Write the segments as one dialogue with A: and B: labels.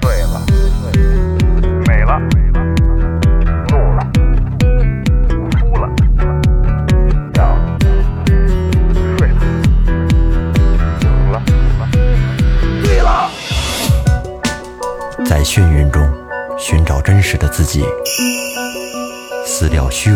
A: 醉了，美了，怒了，哭了，笑了，睡了，醒了。
B: 在眩晕中寻找真实的自己，撕掉虚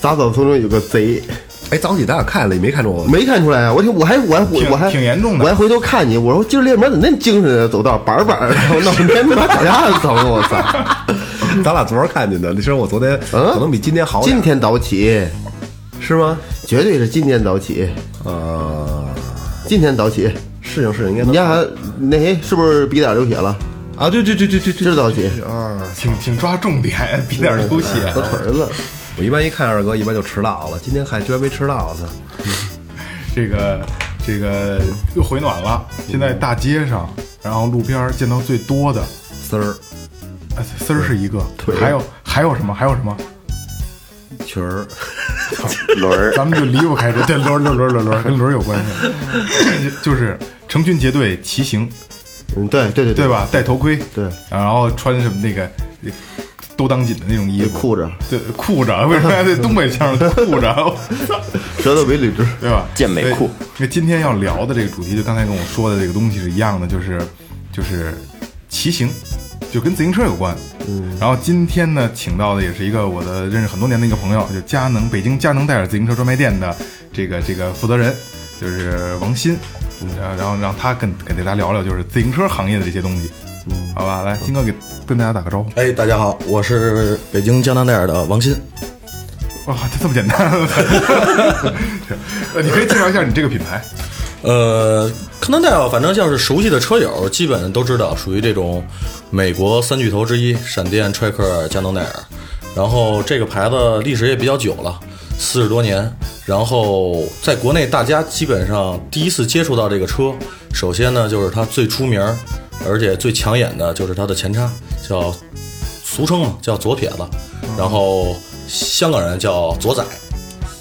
C: 杂草丛中有个贼，
D: 哎，早起咱俩看了，你没看着我？
C: 没看出来啊！我挺我还我还我
E: 挺
C: 我还
E: 挺严重的
C: 我还回头看你，我说今儿这门怎么那么精神啊？走道板 儿板儿的，我 脑门子打架了，疼我操！
D: 咱俩昨儿看见的，其实我昨天
C: 嗯
D: 可能比今天好点
C: 今，天早起，
D: 是吗？
C: 绝对是今天早起，
D: 呃，
C: 今天早起。
D: 适应适应，应该
C: 你
D: 能
C: 家还那谁是不是鼻点流血了？
D: 啊，对对对对对
C: 这是
D: 对，
C: 早起，
E: 挺挺抓重点，鼻点流血，
C: 我腿子。
D: 我一般一看二哥，一般就迟到了，今天看居然没迟到呢。
E: 这个这个又回暖了。现在大街上，然后路边儿见到最多的
D: 丝儿
E: 呃丝儿是一个，还有还有什么还有什么？
D: 裙儿，
F: 轮儿，
E: 咱们就离不开这，对轮儿轮儿轮儿轮儿轮儿跟轮儿有关 系，就是成群结队骑行，
C: 嗯，对对对
E: 对？吧？戴头盔，
C: 对，
E: 然后穿什么那个都当紧的那种衣
C: 你
E: 服，
C: 裤子
E: 对，裤着，为什么还对东北腔儿裤着？我操
C: 舌头没捋直，
E: 对吧？
F: 健美裤
E: 所以。那今天要聊的这个主题，就刚才跟我说的这个东西是一样的，就是就是骑行，就跟自行车有关。嗯。然后今天呢，请到的也是一个我的认识很多年的一个朋友，就佳能北京佳能戴尔自行车专卖店的这个这个负责人，就是王鑫。
F: 嗯
E: 呃，然后让他跟给大家聊聊，就是自行车行业的这些东西，嗯，好吧，来，金哥给跟大家打个招
F: 嗯
E: 呼。
G: 哎，大家好，我是北京江南戴尔的王鑫。
E: 哇，就这么简单？啊 呃你可以介绍一下你这个品牌，
G: 呃，江南戴尔，反正要是熟悉的车友，基本都知道，属于这种美国三巨头之一，闪电、踹克、江南戴尔。然后这个牌子历史也比较久了，四十多年。然后在国内，大家基本上第一次接触到这个车，首先呢就是它最出名儿，而且最抢眼的就是它的前叉，叫俗称嘛叫左撇子，然后香港人叫左仔，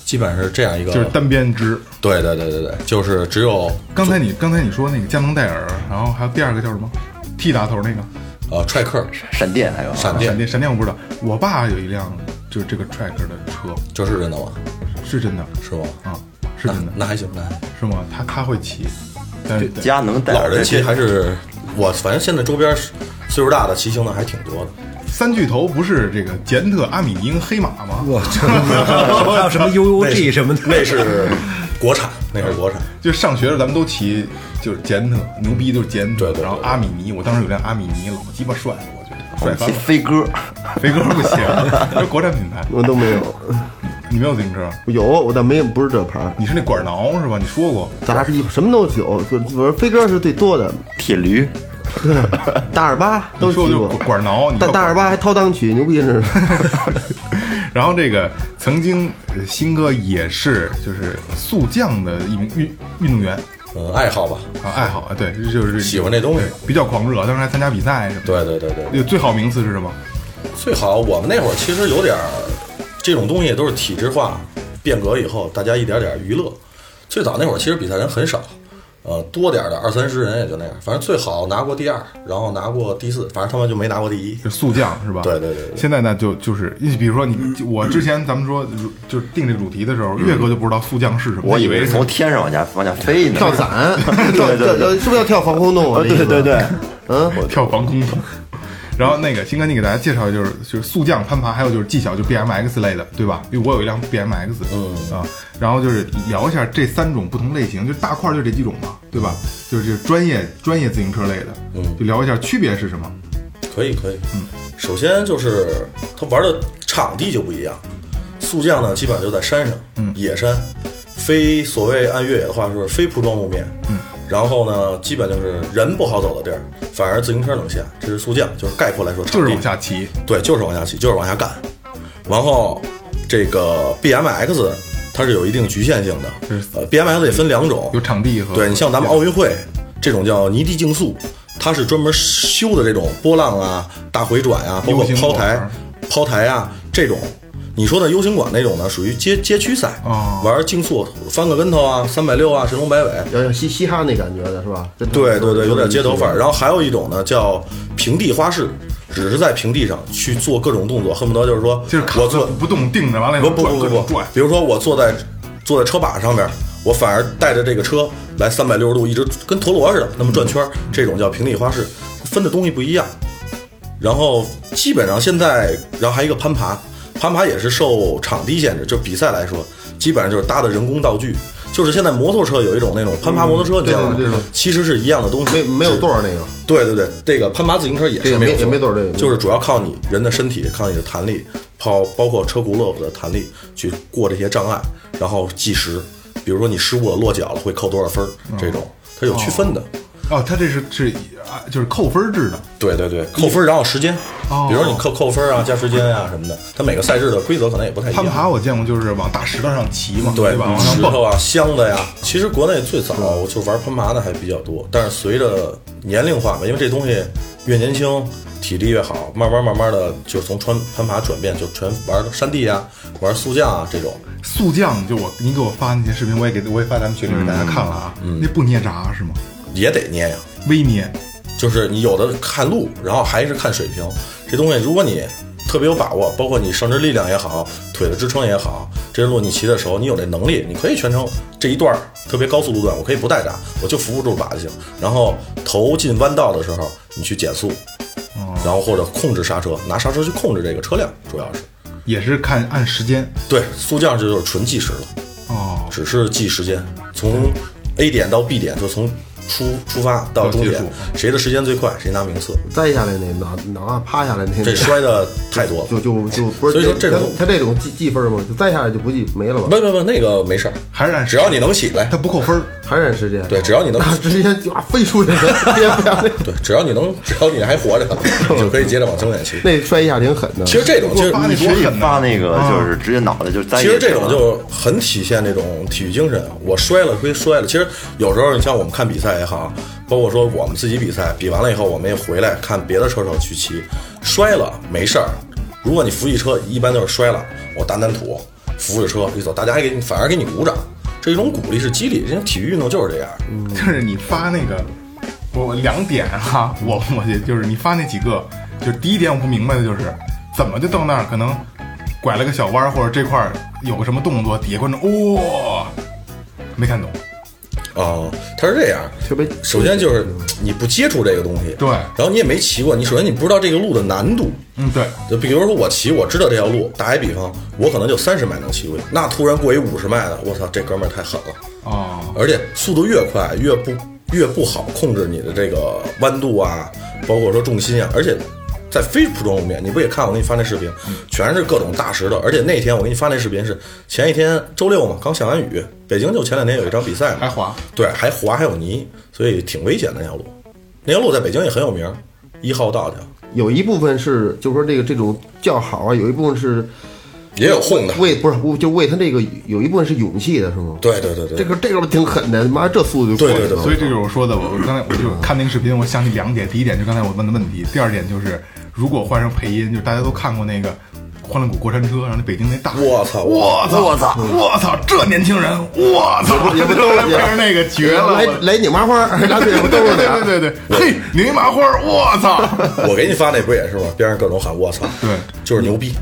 G: 基本上是这样
F: 啊
G: 一个，
E: 就是单边织。
G: 对对对对对，就是只有
E: 刚才你刚才你说那个佳能戴尔，然后还有第二个叫什么？T 打头那个
G: 呃踹克、
F: 闪电还有啊
G: 闪
E: 闪
G: 电，
E: 电，闪电我不知道。我爸有一辆就是这个 Track 的车，
G: 这是真的吗？
E: 是真的
G: 是吗？
E: 啊，是真的
G: 那，那还行，那还行
E: 是吗？他他会骑，但是
F: 佳能戴
G: 老
F: 尔
G: 人
F: 的
G: 骑还是我，反正现在周边岁数大的骑行的还挺多的。
E: 三巨头不是这个捷安特、阿米尼跟黑马吗？
D: 我真的，还有什么 UUG 什么的，
G: 那是国产，那是国产。
E: 就上学的时候咱们都骑，就是捷安特，牛逼就是捷安特，
G: 对对
E: 然后阿米尼，我当时有辆阿米尼，老鸡巴帅了，我觉得帅翻
F: 骑
E: 了，
F: 飞鸽，
E: 飞哥不行， 这是国产品牌，
C: 我都没有。
E: 你没有自行车，
C: 有，我但没有不是这牌儿。
E: 你是那管挠是吧？你说过，
C: 咱俩是一什么都有，我我说飞哥是最多的，
F: 铁驴，
C: 大耳巴都
E: 你
C: 骑
E: 说就
C: 过，
E: 管管挠，你
C: 但大耳巴还掏裆曲，牛逼是。
E: 然后这个曾经呃新哥也是就是速降的一名运运动员
G: 嗯，爱好吧，
E: 啊爱好啊，对，就是
G: 喜欢这东西
E: 对比较狂热，当时还参加比赛什么的。
G: 对对对对。
E: 对，最好名次是什么？
G: 最好我们那会儿其实有点儿这种东西都是体制化，变革以后，大家一点点娱乐。最早那会儿其实比赛人很少，呃，多点儿的二三十人也就那样。反正最好拿过第二，然后拿过第四，反正他们就没拿过第一。
E: 就是速降是吧？
G: 对对对对
E: 现在呢，就就是，你比如说你，就我之前咱们说就是定这主题的时
G: 嗯
E: 候，岳哥就不知道速降是什么，
F: 我以为
E: 是
F: 是从天上往下往下 飞呢，
C: 跳伞，跳
F: 对对
C: 跳
F: 对
C: 是不是要跳防空洞啊？
F: 对对对，
C: 嗯，
E: 跳防空的。 然后那个新哥，你给大家介绍就是就是速降、攀爬，还有就是技巧，就 BMX 类的，对吧？因为我有一辆 BMX，嗯啊，然后就是聊一下这三种不同类型，就大块儿就这几种嘛，对吧？就是这专业专业自行车类的，嗯，就聊一下区别是什么。
G: 可以可以，嗯，首先就是他玩的场地就不一样，速降呢基本上就在山上，嗯，野山，非所谓按越野的话说是非铺装路面，嗯，然后呢基本就是人不好走的地儿，反而自行车能下，这是速降，就是概括来说场地，
E: 就是往下骑，
G: 对，就是往下骑，就是往下干，然后这个 BMX 它是有一定局限性的，呃，BMX 也分两种，
E: 有场地和
G: 对你像咱们奥运会这种叫泥地竞速，它是专门修的这种波浪啊、大回转啊，包括
E: U 型
G: 抛
E: 管
G: 台
E: 儿、
G: 抛台啊这种。你说的 U 型管那种呢，属于街街区赛，
E: 哦
G: 玩竞速，翻个跟头啊，三百六啊，神龙摆尾。
C: 有点嘻嘻哈那感觉的是吧？跟他
G: 对
C: 们
G: 对对，有点街头范儿。然
C: 后
G: 后还有一种呢，叫平地花式，只是在平地上去做各种动作，恨不得就是说，
E: 就是卡
G: 我
E: 着
G: 做
E: 不动定着，完了以
G: 不
E: 后
G: 不
E: 转
G: 不
E: 各
G: 不
E: 种
G: 不
E: 转，，
G: 比如说我坐在坐在车把上面，我反而带着这个车来三百六十度一直跟陀螺似的那么转圈儿，
C: 嗯
G: 这种叫平地花式，分的东西不一样。然后基本上现在，然后还有一个攀爬，攀爬也是受场地限制，就比赛来说，基本上就是搭的人工道具。就是现在摩托车有一种那种攀爬摩托车，你知道吗
C: 嗯对对对对？
G: 其实是一样的东
C: 没
G: 西，
C: 没有
G: 只
C: 座儿那个，
G: 对对对，这个攀爬自行车也
C: 这
G: 是
C: 个
G: 没有
C: 没也没多少这个
G: 就是主要靠你人的身体，靠你的弹力，靠包括车轱辘的弹力去过这些障碍，然后计时，比如说你失误了落脚了会扣多少分儿，
C: 哦
G: 这种它有区分的。
E: 哦，他这是是啊，就是扣分制的，
G: 对对对，扣分儿然后时间，
E: 哦
G: 比如说你扣扣分儿啊加时间啊什么的，它每个赛事的规则可能也不太一样。
E: 攀爬我见过，就是往大石头上骑嘛，
G: 对
E: 吧？往上
G: 石头
E: 蹦，
G: 啊、箱子呀、其实国内最早就玩攀爬的还比较多，但是随着年龄化嘛，因为这东西越年轻体力越好，慢慢慢慢的就从穿攀爬转变，就全玩山地啊、玩速降啊这种。
E: 速降就我你给我发那些视频，我也给我也发咱们群里面大家看了啊，
G: 嗯
E: 那不捏闸是吗？
G: 也得捏呀，
E: 微捏，
G: 就是你有的看路，然后还是看水平。这东西如果你特别有把握，包括你上肢力量也好，腿的支撑也好，这些路你骑的时候，你有这能力，你可以全程这一段儿特别高速路段，我可以不带闸，我就扶不住把就行。然后头进弯道的时候，你去减速，然后或者控制刹车，拿刹车去控制这个车辆，主要是
E: 也是看按时间
G: 对速降这就是纯计时了。
E: 哦，
G: 只是计时间，从 A 点到 B 点，就从出出发到终
E: 到
G: 点
E: 结束，
G: 谁的时间最快，谁拿名次。
C: 栽下来那脑脑袋趴下来那个，
G: 这摔的太多了，
E: 嗯
C: 就就就不是。
G: 所以说这种
C: 他他这种记记分吗？就栽下来就不记没了吧？
G: 不不不，那个没事儿，
E: 还是按
G: 只
E: 时
G: 要你能起来
E: 它，不扣分儿，
C: 还是按时间？
G: 对，只要你能，
C: 那直接就啊飞出去了，别别别
G: 对，只要你能，只要你还活着，你就可以接着往终点骑。
C: 那摔一下挺狠的。
G: 其实这种就是
E: 发那
F: 你
E: 多
F: 可以
E: 狠呐！
F: 发那个就是直接脑袋就栽
G: 其
F: 进去
G: 实
F: 了。
G: 这种就很体现这种体育精神啊。我摔了归摔了，其实有时候你像我们看比赛也好，包括说我们自己比赛，比完了以后我们也回来看别的车手去骑，摔了没事儿。如果你扶一车，一般就是摔了，我掸掸土，扶着车一走，大家还给你反而给你鼓掌，这一种鼓励是激励。人家体育运动就是这样，
E: 就是你发那个，我我两点哈、 我我就就是你发那几个，就是第一点我不明白的就是，怎么就到那儿可能拐了个小弯儿，或者这块儿有个什么动作，底下观众哇、没看懂，
G: 哦，它是这样，
C: 特别
G: 首先就是你不接触这个东西，
E: 对
G: 然后你也没骑过，你首先你不知道这个路的难度，
E: 嗯，对，
G: 就比如说我骑，我知道这条路，打一比方，我可能就三十迈能骑过去，那突然过一五十迈的，我操，这哥们儿太狠了，
E: 哦，
G: 而且速度越快越不越不好控制你的这个弯度啊，包括说重心啊，而且。在非普通路面，你不也看我给你发那视频，
E: 嗯
G: 全是各种大石头。而且那天我给你发那视频是前一天周六嘛，刚下完雨，北京就前两天有一场比赛嘛，
E: 还滑，
G: 对，还滑还有泥，所以挺危险的那条路。那条路在北京也很有名，一号道去，
C: 有一部分是，就是说这个这种叫好啊，有一部分是
G: 也有混的。
C: 为不是就为他这个有一部分是勇气的，是吗？
G: 对对对对，
C: 这个这个挺狠的，妈这速度就
G: 对
C: 过
G: 对
C: 去
G: 对
C: 了。
E: 所以这就是我说的，我我刚才我就看那个视频，我想起两点，第一点就刚才我问的问题，第二点就是如果换成配音，就是大家都看过那个。欢乐谷过山车，然后那北京那大，
G: 我操
E: 我操，我操，我操，这年轻人，我操，也不 都配上那个绝了，
C: 来
E: 我
C: 来拧麻花，俩腿不
E: 对
C: 兜
E: 对
C: 着点
E: 对对
C: 儿。
E: 对对，嘿，你麻花，我操，
G: 我给你发那不也是吗？边上各种喊我操，
E: 对
G: 就是牛逼。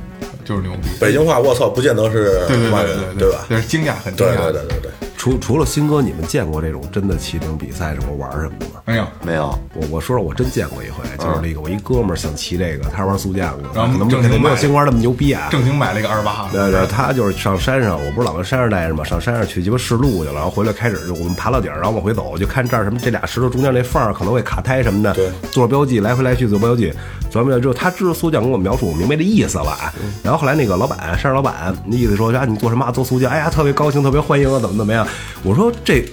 E: 就是牛逼，
G: 北京话我操，不见得是
E: 对对
G: 骂
E: 对
G: 人，
E: 对
G: 吧？
E: 就是惊讶，很惊
G: 对
E: 讶，
G: 对对对对，
D: 除除了新哥，你们见过这种真的骑乘比赛什么玩儿什么的吗？
E: 哎呦，
F: 没有，
D: 我我说说，我真见过一回，就是那个我一哥们儿想骑这个，他是玩速降的，
E: 然后
D: 可能
E: 正经
D: 可能
E: 买
D: 没有星花那么牛逼啊。
E: 正经买了一个二八，
D: 对对，他就是上山上，我不是老跟山上待着嘛，上山上去鸡巴试路去了，然后回来开始就我们爬到顶儿，然后往回走，就看这儿什么这俩石头中间那缝儿可能会卡胎什么的，
G: 对
D: 做标记来回来去做标记，做完标记之后，他知道速降跟我描述我明白这意思了啊，然后后来那个老板山上老板那意思说啊你做什么啊做速降，哎呀特别高兴特别欢迎啊怎么怎么样，我说这。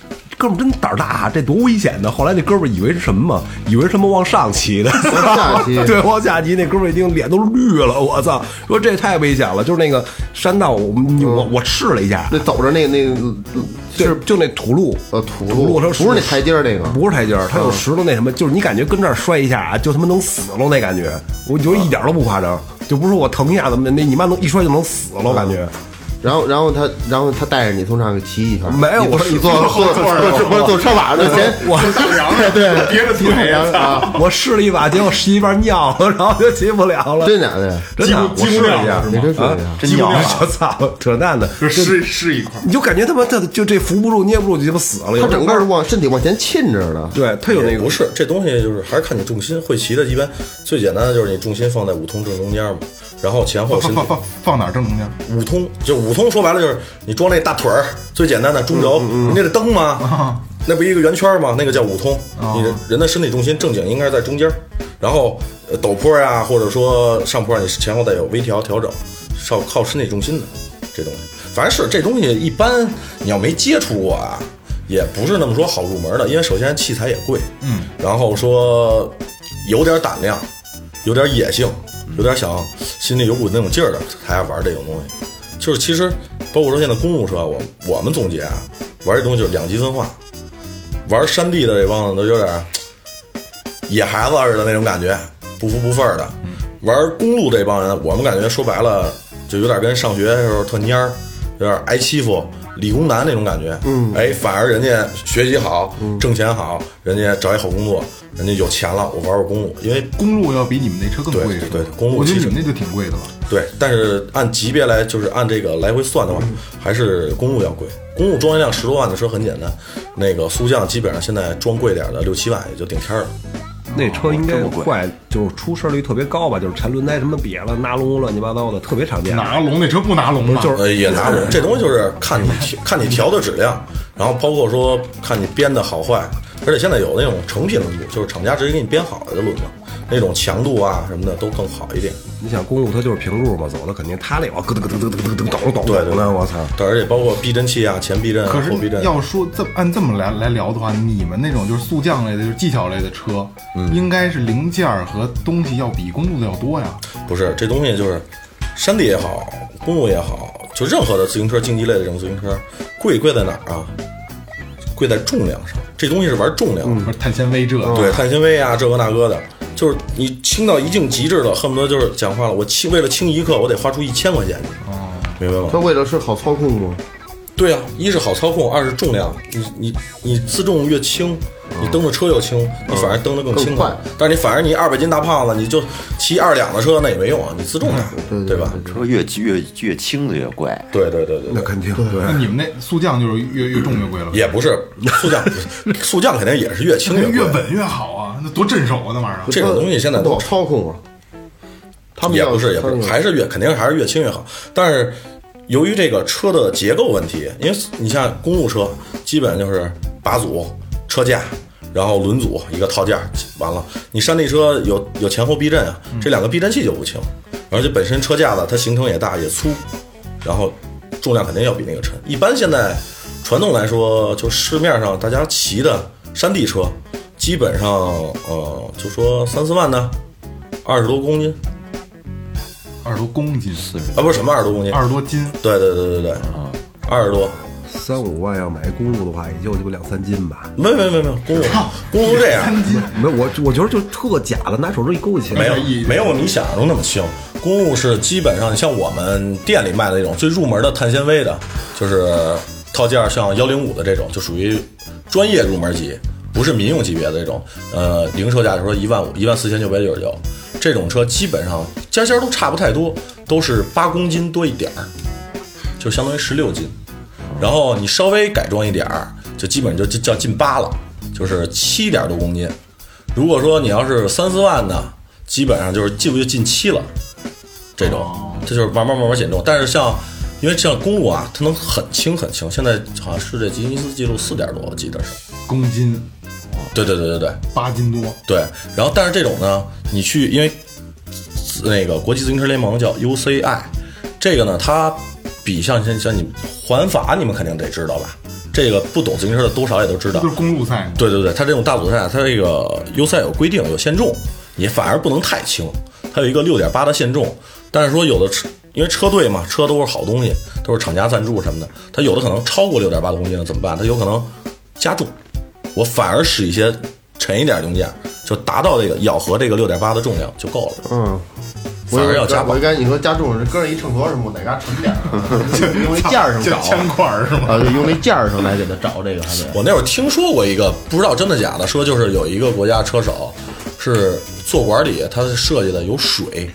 D: 哥们儿真胆儿大，啊这多危险呢！后来那哥们儿以为是什么？以为是什么往上骑 的，
C: 往下骑
D: 对，往下骑，那哥们儿已经脸都绿了，我操！说这太危险了，就是那个山道，我
C: 嗯
D: 们我我试了一下，
C: 那走着那那
D: 就是就那土路，
C: 呃土路
D: 土路，它有
C: 不是那
D: 石
C: 台阶儿那个嗯
D: 不是台阶儿，它有石头那什么，就是你感觉跟这儿摔一下啊，就他妈能死了那感觉，我觉得一点都不夸张，就不是我疼一下怎么的，那你妈能一摔就能死了，我感 觉。
C: 然后，然后他，然后他带着你从上面骑一圈，
D: 没有
C: 你不
D: 我
C: 是你坐坐坐坐坐车把那前，
D: 我
C: 对
E: 别着腿
C: 啊，
D: 我试了一把，结果试一半尿了，然后就骑不了了。
C: 真假的？
D: 真的，我
E: 鸡
D: 试
E: 不
D: 了
E: 尿
D: 一下
E: 了，是
C: 你
E: 吗？
C: 真说一
F: 真鸟啊！
D: 我操，扯淡的，
E: 就试试一块，
D: 你就感觉他妈他就这扶不住捏不住就他妈死了。
C: 他整个是往身体往前沁着的，
D: 对他有那
G: 也
D: 个
G: 不是这东西，就是还是看你重心。会骑的，一般最简单的就是你重心放在五通正中间嘛，然后前后
E: 放
G: 身体
E: 放放放哪儿正中间？
G: 五通就五通，说白了就是你装那大腿儿，最简单的中轴，你那得蹬吗？那不一个圆圈吗？那个叫五通。你的人的身体重心正经应该是在中间儿，然后呃陡坡呀、或者说上坡，你前后得有微调调整，是要靠身体重心的这东西。反正是这东西一般你要没接触过啊，也不是那么说好入门的，因为首先器材也贵，嗯，然后说有点胆量，有点野性，有点想心里有股那种劲儿的，才爱玩这种东西。就是其实，包括说现在公路车，我我们总结啊，玩这东西就是两极分化，玩山地的这帮子都有点儿野孩子似的那种感觉，不服不忿儿的；玩公路这帮人，我们感觉说白了，就有点跟上学的时候特蔫儿，有点挨欺负。理工男那种感觉，嗯，哎，反而人家学习好，挣钱好，人家找一好工作，人家有钱了，我玩玩公路，因为
E: 公路要比你们那车更
G: 对
E: 贵，是吧
G: 对对公路
E: 我觉得
G: 汽
E: 你
G: 车
E: 们那就挺贵的了。
G: 对，但是按级别来，就是按这个来回算的话，还是公路要贵。公路装一辆十多万的车很简单，那个速降基本上现在装贵点的六七万也就顶天儿了。
D: 那车应该坏，就是出事率特别高吧，就是缠轮胎什么瘪了、拉窿乱七八糟的，特别常见。
E: 拿龙那车不拿龙吧？
D: 就是
G: 呃，也拿
E: 嗯
G: 不准，这东西就是看你调看你调的质量，然后包括说看你编的好坏，而且现在有那种成品轮毂，就是厂家直接给你编好了的轮子，那种强度啊什么的都更好一点。
D: 你想公路它就是平路嘛，走的肯定他那往咯噔咯噔咯噔咯噔咯噔抖
G: 对
D: 抖
G: 对
D: 抖呢，我操！
G: 对，而且包括避震器啊、前避震啊、
E: 可
G: 后避
E: 是
G: 震啊，
E: 要说这按这么来来聊的话，你们那种就是速降类的，就是技巧类的车，
G: 嗯
E: 应该是零件儿和东西要比公路的要多呀。
G: 不是，这东西就是山地也好，公路也好，就任何的自行车竞技类的这种自行车，贵贵在哪儿啊？贵在重量上，这东西是玩重量的。
E: 不是碳纤维这，
G: 对，碳纤维啊，这个那个的，就是你轻到一定极致了，恨不得就是讲话了，我轻为了轻一克，我得花出一千块钱去，明白吗
C: 他？为了是好操控吗？
G: 对啊，一是好操控，二是重量，你你你自重越轻，你蹬的车越轻，你反而蹬哦得更
C: 更
G: 轻
C: 快
G: 快。但是你反而你二百斤大胖子，你就骑二两的车那也没用啊，你自重啊，对吧？
F: 车越越越轻的越贵，
G: 对对对对
D: 那
G: 对，
D: 肯定对
E: 那。你们那速降就是越越重越贵了吧，
G: 也不是速降，速降肯定也是越轻
E: 那
G: 越
E: 越
G: 贵。
E: 稳越好啊，那多镇手啊那玩意儿。
G: 这种东西现在
C: 不
G: 都
C: 好操控啊，他们
G: 也
C: 要
G: 不是也不
C: 他
G: 是，
C: 们
G: 还是越肯定还是越轻越好。但是由于这个车的结构问题，因为你像公路车，基本就是把组、车架，然后轮组一个套件，完了。你山地车有有前后避震啊，
C: 嗯
G: 这两个避震器就不轻，而且本身车架子它行程也大也粗，然后重量肯定要比那个沉。一般现在传统来说，就市面上大家骑的山地车，基本上呃，就说三四万的，二十多公斤。
E: 二十多公斤，
G: 啊，不是什么二十多公斤，
E: 二十多斤，
G: 对对对对对，二十多，
D: 三五万要买一公路的话，也就鸡巴两三斤吧。
G: 没有没有没有没有，公路公路这样，
D: 没有我，我觉得就特假的，拿手指一勾起来。
G: 没有没有你想象中那么轻。公路是基本上像我们店里卖的那种最入门的碳纤维的，就是套件儿像幺零五的这种，就属于专业入门级，不是民用级别的这种。呃，零售价就说一万五一万四千九百九十九，这种车基本上家家都差不太多，都是八公斤多一点儿，就相当于十六斤。然后你稍微改装一点儿，就基本就就叫近八了，就是七点多公斤。如果说你要是三四万呢，基本上就是进不就进七了，这种，这就是慢慢慢慢减重。但是像，因为像公路啊，它能很轻很轻。现在好像世界吉尼斯纪录四点多，我记得是。
E: 公斤
G: 对对对对对
E: 八斤多，
G: 对。然后但是这种呢，你去因为呃那个国际自行车联盟叫 UCI，这个呢，它比像像像你环法，你们肯定得知道吧？这个不懂自行车的多少也都知道
E: 就，是公路赛嘛。
G: 对对对，它这种大组赛，啊它这个优赛有规定有限重，你反而不能太轻，它有一个六点八的限重。但是说有的车，因为车队嘛，车都是好东西，都是厂家赞助什么的，它有的可能超过六点八的公斤了怎么办？它有可能加重，我反而使一些沉一点的零件，就达到这个咬合这个六点八的重量就够了。
C: 嗯，
G: 反而要加
C: 我
G: 磅
C: 应该你说加重，搁上一秤砣什么，哪嘎沉点儿，啊 用那件儿上
E: 就
C: 找
E: 枪块儿是吗？
C: 啊，对用那件儿上来给它找这个，还 得
G: 我那会儿听说过一个，不知道真的假的，说就是有一个国家车手是坐管里，他设计的有水，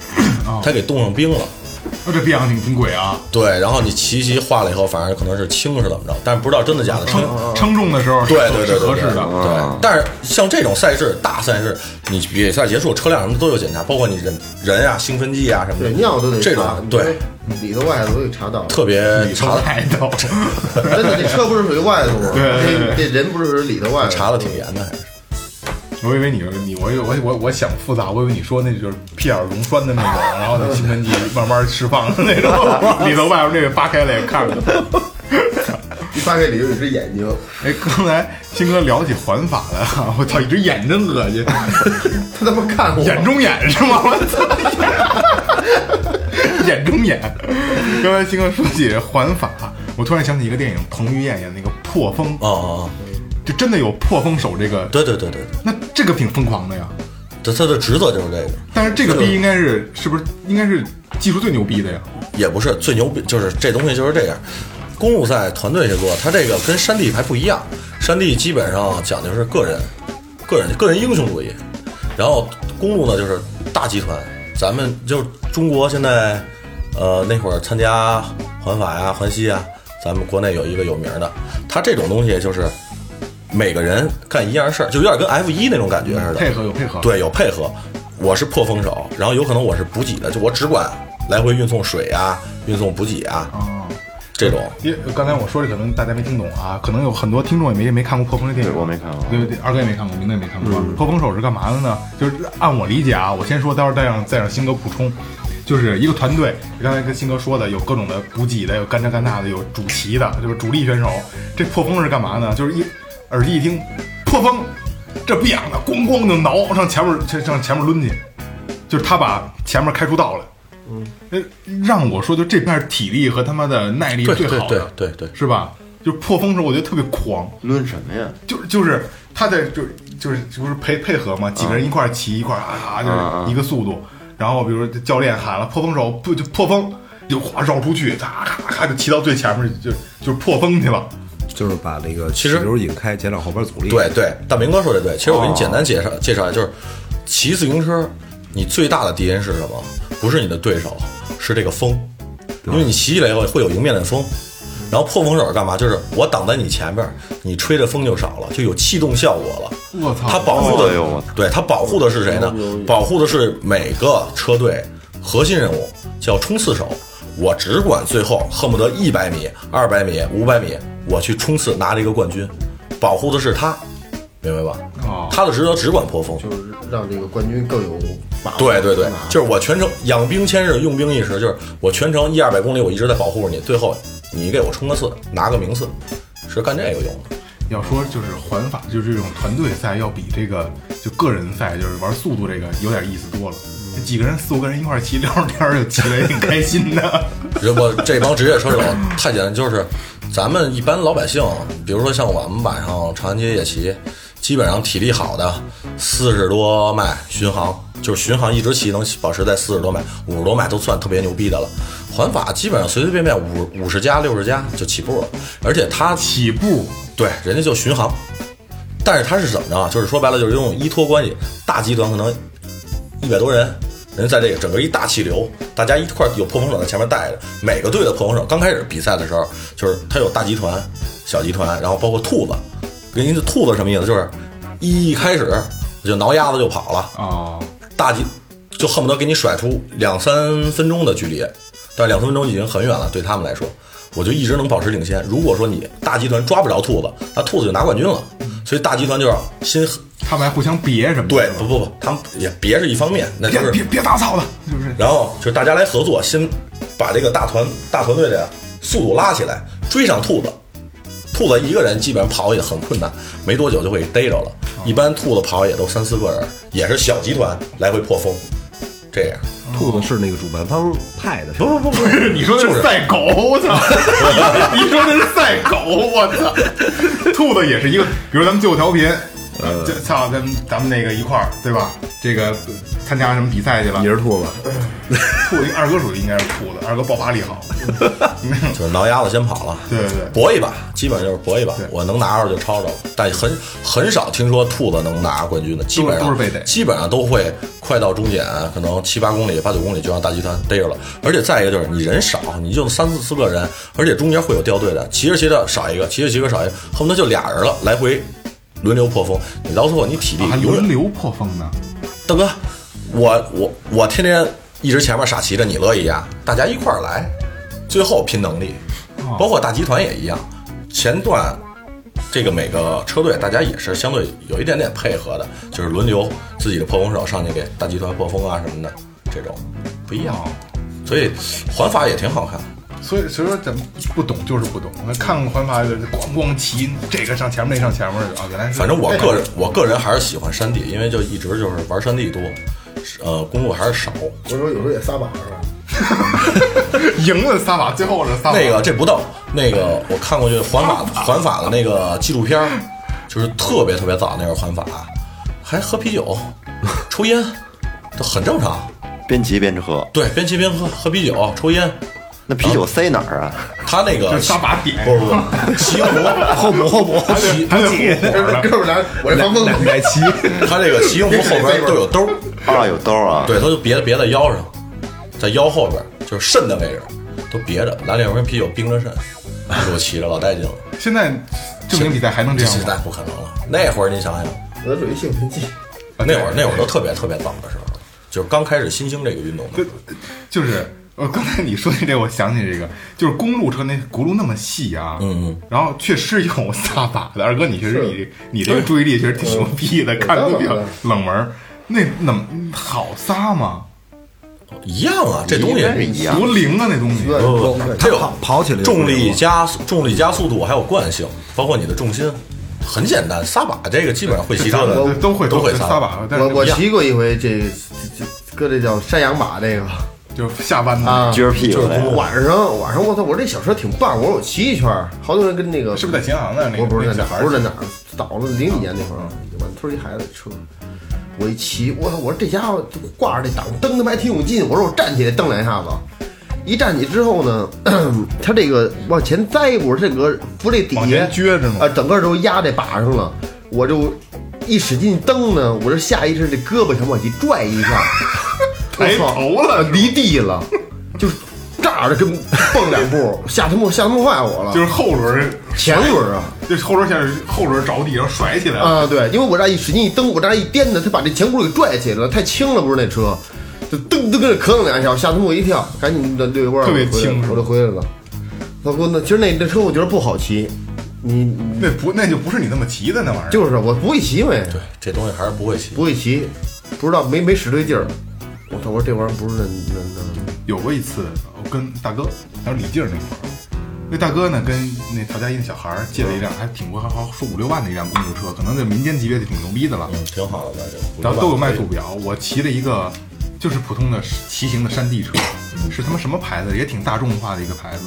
G: 他给冻上冰了。
E: 那哦这变化挺挺鬼啊！
G: 对，然后你骑骑化了以后，反正可能是轻是怎么着，但是不知道真的假的。
E: 称
G: 轻，
E: 称重的时候是
G: 嗯对对
E: 是
G: 对对嗯
E: 合适
G: 对
E: 的。
G: 对，但是像这种赛事，大赛事，你比赛结束，车辆什么都有检查，包括你人人啊、兴奋剂啊什么的，
C: 对尿都得
G: 这种
C: 查，你
G: 对，
C: 这里头外头都得查到。
G: 特别
E: 你
G: 嗯查
E: 说
G: 的
E: 太 逗，
C: 真的，这车不是属于外 头吗？
E: 对对对
C: 这这人不是属于里头外头。
G: 查的挺严的，还是
E: 我以为你你我以为我我我想复杂，我以为你说那就是屁眼儿溶栓的那种，然后那兴奋剂慢慢释放的 那种，里头外边那个扒开了也看看。
C: 一发给里头有一只眼睛，
E: 哎，刚才新哥聊起环法来了，我操，一只眼真恶 心，
C: 他他妈看我，
E: 眼中眼是吗？我操，眼中眼。刚才新哥说起环法，我突然想起一个电影，彭于晏演那个《破风》，
G: 哦哦，哦
E: 就真的有破风手这个，
G: 对对对对对，
E: 那这个挺疯狂的呀。
G: 他他的职责就是这个。
E: 但是这个逼应该是是不是应该是技术最牛逼的呀？
G: 也不是最牛逼，就是这东西就是这样。公路赛团队去做，它这个跟山地还不一样。山地基本上讲究是个人、个人、个人英雄主义，然后公路呢就是大集团。咱们就是中国现在，呃，那会儿参加环法呀、环西啊，咱们国内有一个有名的，他这种东西就是每个人干一样事儿，就有点跟 F 一那种感觉似的，
E: 配合有配合，，
G: 啊对，有配合。我是破风手，然后有可能我是补给的，就我只管来回运送水啊、运送补给啊
E: 哦。
G: 这种。
E: 因为刚才我说的可能大家没听懂啊，可能有很多听众也没没看过《破风》这电影，
F: 对我没看过
E: 对对对，二哥也没看过，明哥也没看过。
G: 嗯
E: 破风手是干嘛的呢？就是按我理解啊，我先说，待会儿再让再让新哥补充，就是一个团队，刚才跟新哥说的，有各种的补给的，有干这干那的，有主席的，就是主力选手。这破风是干嘛呢？就是一耳机一听，破风，这不痒的，咣咣就挠，上前面上上前面抡去，就是他把前面开出道来。嗯，让我说，就这边体力和他妈的耐力
G: 对
E: 最
G: 对
E: 好的，
G: 对对对，
E: 是吧？就是破风时候，我觉得特别狂，
F: 抡什么呀？
E: 就是就是他在就是就是就是配配合嘛，几个人一块儿骑一块儿啊，就是一个速度。然后比如说教练喊了破风手不就破风，就哗绕出去，咔咔咔就骑到最前面就就是破风去了。
D: 就是把那个
G: 其实
D: 流引开，减少后边阻力。
G: 对对，大明哥说的对。其实我给你简
E: 哦
G: 单介绍、介绍一下，就是骑自行车，你最大的敌人是什么？不是你的对手，是这个风，因为你骑起来以后会有迎面的风。然后破风手是干嘛？就是我挡在你前面，你吹着风就少了，就有气动效果了。
E: 我操
G: 它保护的，
F: 哎呦我操
G: 对它保护的是谁呢？保护的是每个车队核心人物，叫冲刺手。我只管最后恨不得一百米、二百米、五百米，我去冲刺拿了一个冠军，保护的是他，明白吧？
E: 哦
G: 他的职责只管破风。
C: 就是让这个冠军更有把握。
G: 对对对，就是我全程养兵千日，用兵一时，就是我全程一二百公里，我一直在保护着你，最后你给我冲个刺，拿个名次，是干这个用的。
E: 要说就是环法，就是这种团队赛，要比这个就个人赛，就是玩速度这个有点意思多了。
F: 嗯
E: 几个人四五个人一块儿骑，聊着天儿就骑得也挺开心的。
G: 人我这帮职业车手太简单，就是咱们一般老百姓，比如说像我们晚上长安街夜骑，基本上体力好的四十多迈巡航，就是巡航一直骑能保持在四十多迈、五十多迈都算特别牛逼的了。环法基本上随随便便五五十加、六十加就起步了，而且它
E: 起步
G: 对人家就巡航，但是它是怎么着啊？就是说白了就是用依托关系，大集团可能一百多人，人在这个整个一大气流，大家一块儿有破风手在前面带着，每个队的破风手刚开始比赛的时候，就是他有大集团、小集团，然后包括兔子，人家这兔子什么意思？就是一开始就挠鸭子就跑了，
E: 啊，
G: 大集就恨不得给你甩出两三分钟的距离，但是两三分钟已经很远了，对他们来说，我就一直能保持领先。如果说你大集团抓不着兔子，那兔子就拿冠军了。所以大集团就是先
E: 他们还互相别什么的，
G: 对不不不，他们也别是一方面，那就
E: 别
G: 是
E: 别别打草了，是不是？
G: 然后就是大家来合作，先把这个大团大团队的速度拉起来，追上兔子。兔子一个人基本上跑也很困难，没多久就会给逮着了。一般兔子跑也都三四个人，也是小集团来回破风，这样。
D: 兔子是那个主办方派的，是吧
G: 不不不不 是，
E: 你说的
G: 就是是
E: 赛狗，我 操！你说的是赛狗，我操！ 兔子也是一个，比如咱们最后调频，呃，就操，咱们咱们那个一块儿，对吧？这个呃参加什么比赛去了呃
D: 你？是兔子，
E: 兔子，二哥属于应该是兔子，二哥爆发力好。
G: 就是挠鸭子先跑了，
E: 对对对
G: 搏一把，基本就是搏一把，我能拿着就抄着了，但很很少听说兔子能拿冠军的，基本上
E: 都是被逮
G: 基本上都会快到终点，可能七八公里、八九公里就让大集团逮着了。而且再一个就是你人少，你就三四四个人，而且中间会有掉队的，骑着骑着少一个，骑着骑着少一个，恨不得就俩人了，来回轮流破风。你到最后你体力
E: 啊还
G: 永远
E: 轮流破风呢，
G: 大哥，我我我天天一直前面傻骑着你乐意呀，大家一块儿来，最后拼能力，包括大集团也一样。前段这个每个车队大家也是相对有一点点配合的，就是轮流自己的破风手上去给大集团破风啊什么的，这种不一样。
E: 哦
G: 所以环法也挺好看，
E: 所以所以说咱们不懂就是不懂。那看看环法，咣咣骑，这个上前面，那上前面去啊，原来是。
G: 反正我个人我个人还是喜欢山地，因为就一直就是玩山地多，呃，公路还是少。
C: 我说有时候也撒把啊是吧？
E: 赢了撒把，最后是撒把。
G: 那 个这不逗，那个我看过去环法环法的那个纪录片儿，就是特别特别早那会儿环法，还喝啤酒、抽烟，这很正常。
F: 边骑边喝。
G: 对，边骑边喝，喝啤酒、抽烟。
F: 那啤酒塞哪儿啊？
G: 他那个
E: 就撒把点
G: 不不不，骑服 后补后补，骑
E: 还得护火呢。
C: 哥们儿俩， 我这防风
D: 奶骑，
G: 他这个骑行服后边都有兜儿，
F: 啊，有兜啊。
G: 对，他就别别在腰上，在腰后边就是肾的位置都别着，拿两瓶啤酒冰着肾，给我骑着老带劲了，
E: 现在正经比赛还能这样
G: 现
E: 吗
G: 在？不可能了。那会儿你想想。
C: 我属于兴奋 剂。
G: 啊那会儿那会儿都特别特别早的时候，就是刚开始新兴这个运动的时候。
E: 就是呃，刚才你说的这，我想起这个，就是公路车那轱辘那么细啊，
G: 嗯嗯，
E: 然后确实有撒把的。二哥，你确实你你这个注意力确
C: 嗯
E: 实挺牛逼的，看都比
C: 啊
E: 较冷门儿。那那么好撒吗？
G: 一样啊，这东
F: 应
G: 西
F: 该是一样。
E: 多灵啊，那东西。
G: 不它有
D: 跑跑起来
G: 重力加速重力加速度，还有惯性，包括你的重心，很简单。撒把这个基本上会骑车
E: 都
G: 的
E: 都会
G: 都会
E: 撒
G: 撒
E: 把，但
C: 我
E: 是
C: 我骑过一回这这这搁这叫山羊马这个
E: 就是下弯的，
C: 啊，
F: 撅着屁股来，
C: 晚上晚上我操，我说这小车挺棒，我说我骑一圈儿，好多人跟那个
E: 是不是在琴行的那个？
C: 我不是在
E: 那
C: 哪
E: 小孩
C: 儿，
E: 儿
C: 不是在哪儿，倒了嗯零几年那会儿，我们村儿一孩子车，我一骑，我操，我说这家伙挂着这档蹬他妈还挺有劲，我说我站起来蹬两下子，一站起之后呢， 他这个往前栽一步，这个不这底下
E: 往前撅着呢
C: 啊，整个都压这把上了，我就一使劲蹬呢，我这下意识这胳膊想往起拽一下， 我
E: 抬
C: 操
E: 哎头了
C: 离地了，就是炸着跟蹦两步，吓他妈吓他妈坏我了，
E: 就是后轮儿，
C: 前轮啊。
E: 就是后轮儿先是后轮儿着地，然后甩起来了。
C: 啊，对，因为我这样一使劲一蹬，我这样一颠呢，他把这前轱辘给拽起来了，太轻了，不是那车，就噔噔跟着磕楞两下，吓他妈我一跳，赶紧的溜一弯，
E: 特别
C: 我就回来
E: 轻是吧
C: 了我就回来了。老郭，那其实那那车我觉得不好骑，你你
E: 那不那就不是你那么骑的那玩意儿，
C: 就是我不会骑呗，
G: 对，这东西还是不会骑。
C: 不会骑，不知道没没使对劲儿。我操，我说这玩意儿不是那那那，
E: 有过一次，我跟大哥还有李静儿那会儿，啊那大哥呢跟那曹佳音的小孩儿借了一辆还挺贵，还好说五六万的一辆公路车，可能在民间级别就挺牛逼的了。
G: 嗯，挺好的，这个
E: 然后都有卖度表，我骑了一个就是普通的骑行的山地车，是他妈什么牌子，也挺大众化的一个牌子。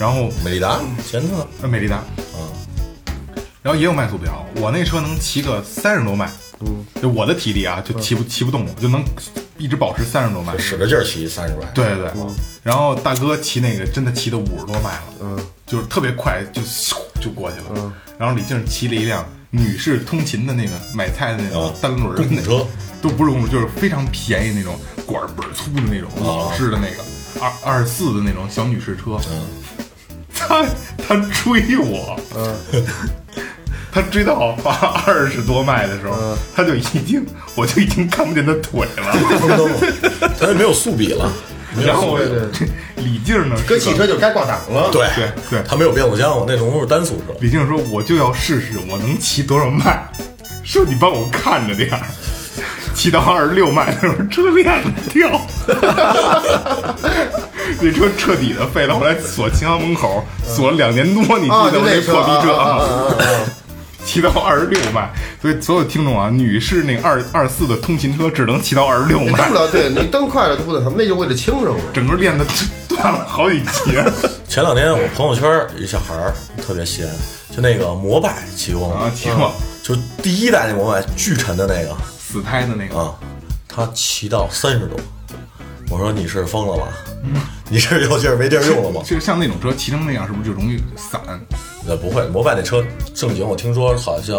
E: 然后
H: 美利达
G: 前头
E: 呃美利达，嗯，然后也有慢速表，我那车能骑个三十多迈，嗯，就我的体力啊，就骑不骑不动了，就能一直保持三十多迈，
H: 使着劲儿骑三十迈，
E: 对对对，然后大哥骑那个真的骑的五十多迈了，嗯，就是特别快，就咻就过去了。然后李静骑了一辆女士通勤的那个买菜的那种
H: 啊
E: 单轮儿的
H: 公
E: 那
H: 主车，
E: 都不是公主，就是非常便宜那种管儿倍儿粗的那种老式的那个二二十四的那种小女士车。他他追我， 他追到我发二十多迈的时候，他就已经我就已经看不见他腿了。
G: 他也没有速比了，
E: 然后我这李静呢，
H: 搁汽车就该挂档了。
G: 对
E: 啊对对
G: 他没有变速箱，我那时候是单速车，
E: 李静说：“我就要试试我能骑多少迈，说你帮我看着点儿。”骑到二十六迈的时候，车链子 掉，那车彻底的废了。后来锁秦皇门口锁了两年多，你记
C: 啊
E: 得
C: 就
E: 我
C: 那
E: 那
C: 车
E: 破逼车
C: 啊啊啊啊啊
E: 骑到二十六迈，所以所有听众啊，女士那二二四的通勤车只能骑到二十六
C: 你蹬
E: 迈
C: 不，了，对你蹬快了就不得什么，那就为了轻省了。
E: 整个链子断了好几节。
G: 前两天我朋友圈有一小孩儿特别闲，就那个摩拜骑过吗？
E: 啊骑过
G: 嗯就第一代那摩拜巨沉的那个
E: 死胎的那个，
G: 啊，他骑到三十多，我说你是疯了吧？你是有劲儿没地儿用了吗？
E: 就是像那种车骑成那样，是不是就容易散？
G: 呃，不会，摩拜那车正经，我听说好像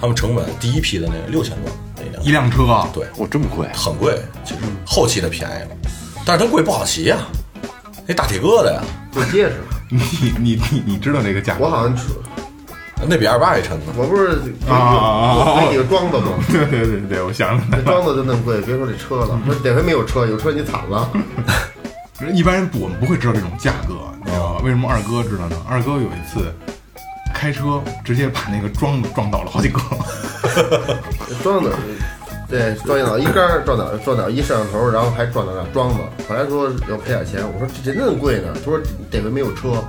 G: 他们成本第一批的那个六千多那辆
E: 一，辆车啊，
G: 对，
F: 哦我这么贵，
G: 很贵，其实后期的便宜了，但是它贵不好骑呀、那大铁疙瘩呀，
C: 不结实，
E: 你你你你知道这个价格？
C: 我好像是
G: 那比二八还沉呢。
C: 我不是
E: 啊啊啊啊
C: 给你个装的吗？
E: 对对对对，我想起来
C: 那
E: 了。
C: 装的就那么贵，别说这车了，说得亏没有车，有车你惨了。
E: 一般人不我们不会知道这种价格，你知道
G: 哦
E: 吧？为什么二哥知道呢？二哥有一次开车直接把那个桩子撞倒了好几个，
C: 装哪儿？对，撞一脑一杆儿，撞哪儿撞哪儿一摄像头，然后还撞到那桩子。后来说要赔点钱，我说这真那么贵呢？他说得亏没有车，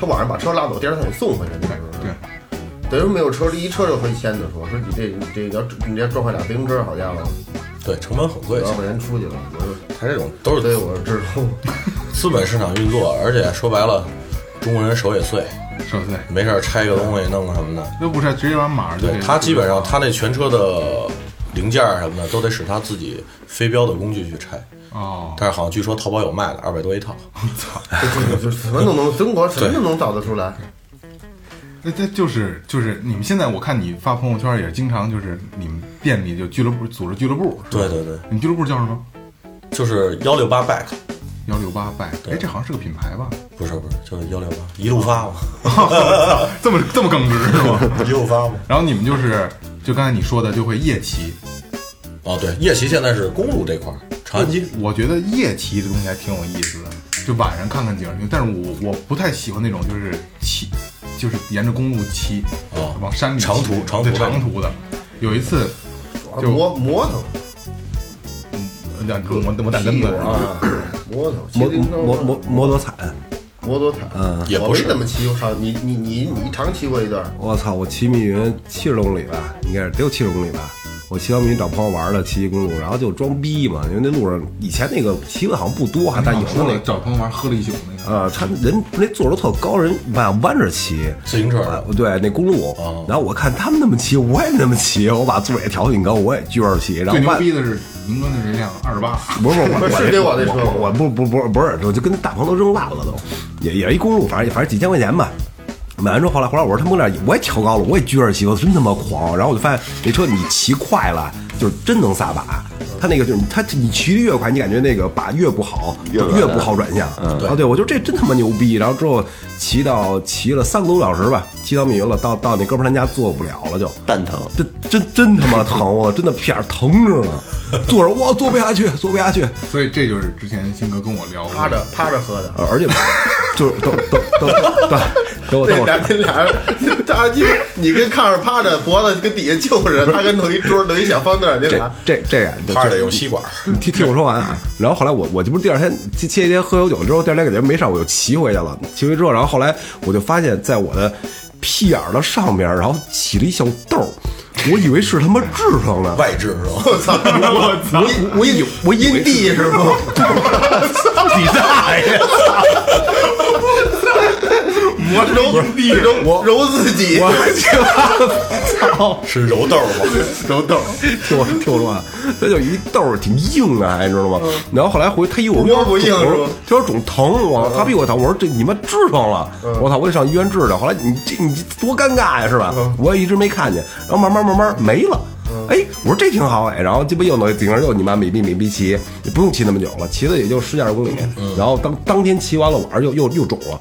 C: 他晚上把车拉走，第二天给送回来。那时候
E: 对，
C: 等于说没有车，这一车就亏一千的说，说你这你这你要你这撞坏俩自行车，好家伙，
G: 对，成本很贵
C: 九。万块钱出去了。我说，
G: 它这种都
C: 所以
G: 是
C: 嗯我知道，
G: 资本市场运作，而且说白了，中国人手也碎，
E: 是不是？
G: 没事儿拆个东西弄个什么的。
E: 那不是直接把马儿就
G: 对
E: 给
G: 他基本上他那全车的零件儿什么的都得使他自己飞镖的工具去拆。
E: 哦，
G: 但是好像据说淘宝有卖的，二百多一套。
C: 就什么都能，中国什么都能造得出来。
E: 那这就是就是你们现在我看你发朋友圈也是经常就是你们店里就俱乐部组织俱乐部，是吧
G: 对对对，
E: 你们俱乐部叫什么？
G: 就是幺六八 back，
E: 幺六八 b 哎，这好像是个品牌吧？
G: 不是不是，就是幺六八一路发嘛，
E: 这么这么耿直是吗？
G: 一路发嘛。
E: 然后你们就是就刚才你说的，就会夜骑。
G: 哦，对，夜骑现在是公路这块儿，长安街。
E: 我觉得夜骑这东西还挺有意思的，就晚上看看景儿。但是我我不太喜欢那种就是骑，就是沿着公路骑，
G: 哦
E: 往山里骑
G: 长途长途
E: 对
G: 的
E: 长途的。有一次， 就
C: 摩摩托，
E: 两个我我大根子
C: 啊，摩托，骑
D: 摩
C: 自行车
D: 摩摩摩托铲，
C: 摩托铲，嗯
G: 也
C: 我
G: 不
C: 没
G: 是
C: 怎么骑过长，你你你你长骑过一段，
D: 我操！我骑密云七十公里吧，应该是得有七十公里吧。我骑到密云找朋友玩了，骑一公路，然后就装逼嘛，因为那路上以前那个骑的好像不多啊，但有
E: 说
D: 那
E: 了找朋友玩喝了一宿那个，
D: 啊，他人那座儿都特高，人往弯着骑，
G: 自行车
D: 啊对，那公路。
E: 哦
D: 然后我看他们那么骑，我也那么骑，我把座儿也调挺高，我也撅着骑，然
E: 最
D: 后
E: 牛
D: 弯。
E: 逼的是宁哥那是一辆二十八，
D: 不是不是， 我
C: 是得我那车吗
D: 我我不不不不是，我就跟大鹏都扔烂了都，也也是一公路，反正反正几千块钱吧。买完之后，后来后来我说他妈点，我也调高了，我也撅着骑，我真他妈狂。然后我就发现这车你骑快了，就是真能撒把。
C: 嗯
D: 他那个就是他你骑得越快，你感觉那个把越不好，就越不好转向。
C: 嗯
D: 啊，对，我就这真他妈牛逼。然后之后骑到骑了三个多小时吧，骑到密云了，到到那哥们儿他家坐不了了就。
F: 蛋疼。
D: 这真真他妈疼我，真的屁眼儿疼着呢，坐着我坐不下去，坐不下去。
E: 所以这就是之前新哥跟我聊
C: 趴
E: 过
C: 着趴着喝的。
D: 呃而且就是等等等等等等哦我等
C: 对，
D: 我
C: 俩跟俩 人，他鸡你跟炕上趴着，脖子跟底下就着，他跟弄一桌弄一小方凳儿，你
D: 这
C: 俩
D: 这这样
G: 他得用吸管，
D: 你听听我说完啊。然后后来我我这不是第二天前前一天喝酒酒之后，第二天感觉没事儿，我就骑回去了。骑回之后，然后后来我就发现，在我的屁眼儿的上边儿，然后起了一小痘儿，我以为是他妈痔疮呢。
G: 外置是吧？
C: 我操！我
D: 我哎我以我以
C: 阴
D: 为
C: 地是吗？
D: 你大爷！
C: 我揉揉揉自己，
D: 我去，操！
H: 是揉豆吗？
C: 揉豆。
D: 听我听我说啊，它就一豆儿挺硬啊，你知道吗？
C: 嗯
D: 然后后来回他一我
C: 窝不硬
D: 我
C: 是
D: 说
C: 吧
D: 他说肿疼，我操他比我疼，我说这你妈痔疮了，我操我得上医院治疗。后来你这你多尴尬呀，是吧？我也一直没看见，然后慢慢慢慢没了。哎，我说这挺好哎，然后鸡巴又弄警车又你妈美逼美逼骑，也不用骑那么久了，骑的也就十几二十公里，然后当当天骑完了，晚上又又又肿了，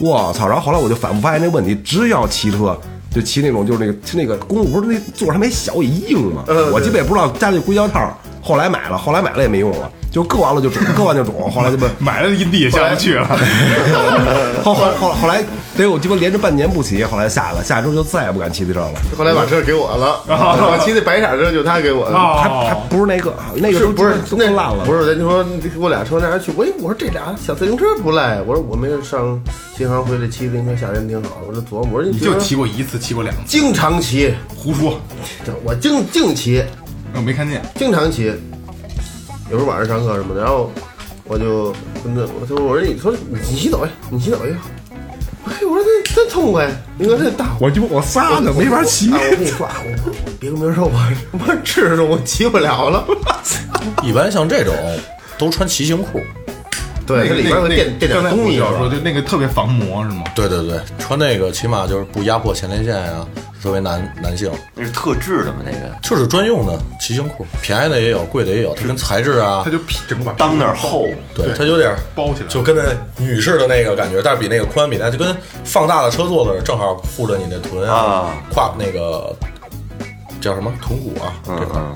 D: 我操！然后后来我就反复发现这问题，只要骑车就骑那种就是那个那个公路不是那座儿还没小也硬嘛，我鸡巴也不知道家里硅胶套，后来买了，后来买了也没用了，就割完了就肿，割完就肿，后来鸡巴
E: 买了阴地也下不去了。
D: 后后后后来得有鸡巴连着半年不骑，后来下了，下周就再也不敢骑自车了，
C: 后来把车给我了，
D: 哦
C: 我骑那白色车就他给我的。
D: 还
E: 哦，
D: 还不是那个那个
C: 是
D: 都
C: 不是
D: 都
C: 那
D: 烂了，
C: 不是，咱就说你给我俩车那还去，我一我说这俩小自行车不赖，我说我没事上新航回来骑自行车，夏天挺好。我说琢磨，我说你
E: 你 就骑过一次，骑过两次，
C: 经常骑，
E: 胡说，
C: 这我经经骑，
E: 我没看见。
C: 经常骑，有时候晚上上课什么的，然后我就跟他我说我说你说你洗澡去，你洗澡去。哎，我说这真痛快，你说这大
D: 我鸡巴我仨呢没法骑
C: 啊！我跟你说啊，我我别跟别人说我 他妈痔疮，我骑不了了。
G: 一般像这种都穿骑行裤，
C: 对，它里边会垫垫点
E: 刚才
C: 东
E: 我
C: 西，
E: 要说，
C: 是吧
E: 就那个特别防磨是吗？
G: 对对对，穿那个起码就是不压迫前列腺呀、作为男男性，
F: 那是特制的吗？那个
G: 就是专用的骑行裤，便宜的也有，贵的也有，它跟材质啊
E: 它，就屁整把
F: 裆那儿厚，
G: 对，它有点
E: 包起来
G: 就跟那女士的那个感觉，但是比那个宽，比那就跟放大的车座子正好护着你那臀
F: 啊
G: 胯那个叫什么臀骨啊，这块儿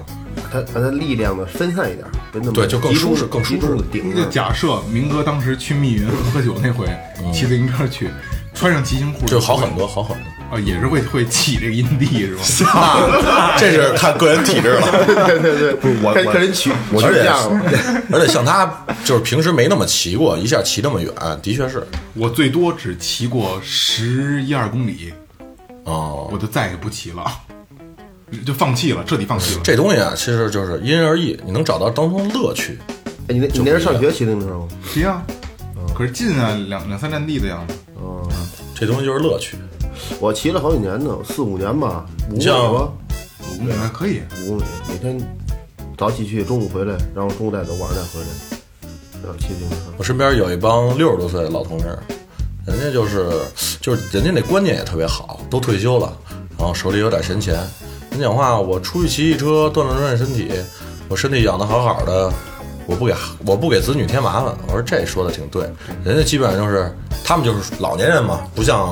C: 它把它力量呢分散一点，别那么
G: 对就更
C: 集中
G: 舒适更舒适嗯
C: 集中地顶
E: 就
C: 着。
E: 假设明哥当时去密云喝酒那回，骑自行车去，穿上骑行裤
G: 就好很多，好很多。
E: 啊，也是会会起这个阴蒂是吧？
G: 那这是看个人体质了。
C: 对对对，
D: 我
C: 看
D: 我
C: 看人取取
G: 而且
C: 向了。
G: 而且像他就是平时没那么骑过，一下骑那么远，的确是
E: 我最多只骑过十一二公里，
G: 哦。
E: 我就再也不骑了，就放弃了，彻底放弃了。
G: 这东西啊，其实就是因人而异，你能找到当中的乐趣。
C: 哎你那你那是上学骑自行车吗？
E: 骑啊，可是近啊，两两三站地的样子。
G: 这东西就是乐趣。
C: 我骑了好几年呢，四五年吧，五公里
G: 像
C: 吧，
E: 嗯，还可以，
C: 五公里，每天早起去，中午回来，然后中午再走，晚上再回来，然后骑自行车。
G: 我身边有一帮六十多岁的老同志，人家就是就是人家那观念也特别好，都退休了，然后手里有点闲钱，人讲话我出去骑骑车，锻炼锻炼身体，我身体养得好好的，我不给我不给子女添麻烦。我说这说的挺对，人家基本上就是他们就是老年人嘛，不像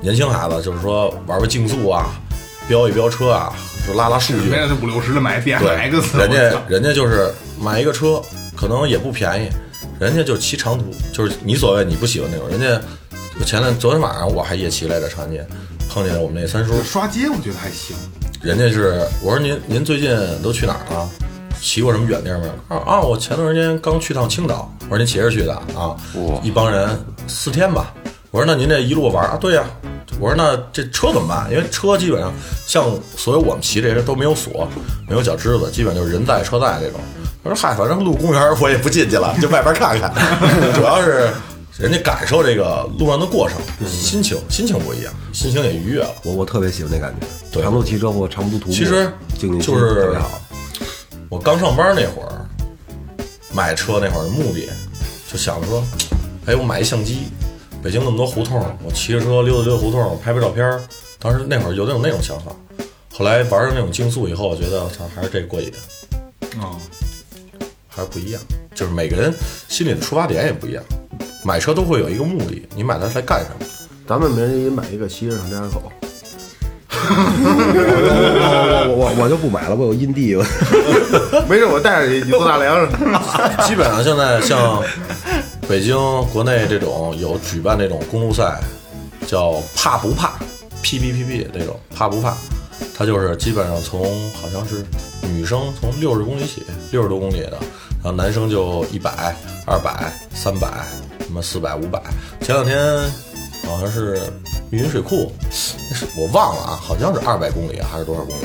G: 年轻孩子，就是说玩玩竞速啊，飙一飙车啊，就拉啊拉数据
E: 没。了就五六十的买 B M
G: 对
E: X，
G: 人家人家就是买一个车，可能也不便宜，人家就骑长途，就是你所谓你不喜欢那种。人家我前天昨天晚上我还夜骑来着长安街，碰见我们那三叔，
E: 刷街我觉得还行，
G: 人家是我说您您最近都去哪儿了？骑过什么远地儿没有？啊啊！我前段时间刚去趟青岛。我说您骑着去的啊？一帮人四天吧。我说那您这一路玩儿啊？对呀、我说那这车怎么办？因为车基本上像所有我们骑这些都没有锁，没有脚趾子，基本就是人在车在这种。我说嗨，反正路公园儿我也不进去了，就外边看看。 主要是人家感受这个路上的过程，心情心情不一样，心情也愉悦了。
D: 我我特别喜欢那感觉，
G: 对
D: 长途骑车或长途徒步，
G: 其实
D: 静静
G: 就
D: 特
G: 是
D: 别好。
G: 我刚上班那会儿，买车那会儿的目的，就想着说，哎，我买一相机，北京那么多胡同，我骑着车溜达溜达胡同，我拍拍照片儿。当时那会儿有那种那种想法，后来玩上那种竞速以后，我觉得操，还是这个过瘾，
E: 啊，
G: 还是不一样。就是每个人心里的出发点也不一样，买车都会有一个目的，你买它来干什么？
C: 咱们每人也买一个骑着上家口，
G: 呃
D: 我我我我就不买了，我有阴蒂。我
C: 没事我带着你你做大梁上。
G: 基本上现在像北京国内这种有举办这种公路赛，叫怕不怕 P B P B 那种怕不怕，它就是基本上从好像是女生从六十公里起，六十多公里的，然后男生就一百、二百、三百，什么四百、五百。前两天好像是密云水库，那是我忘了啊，好像是二百公里还是多少公里，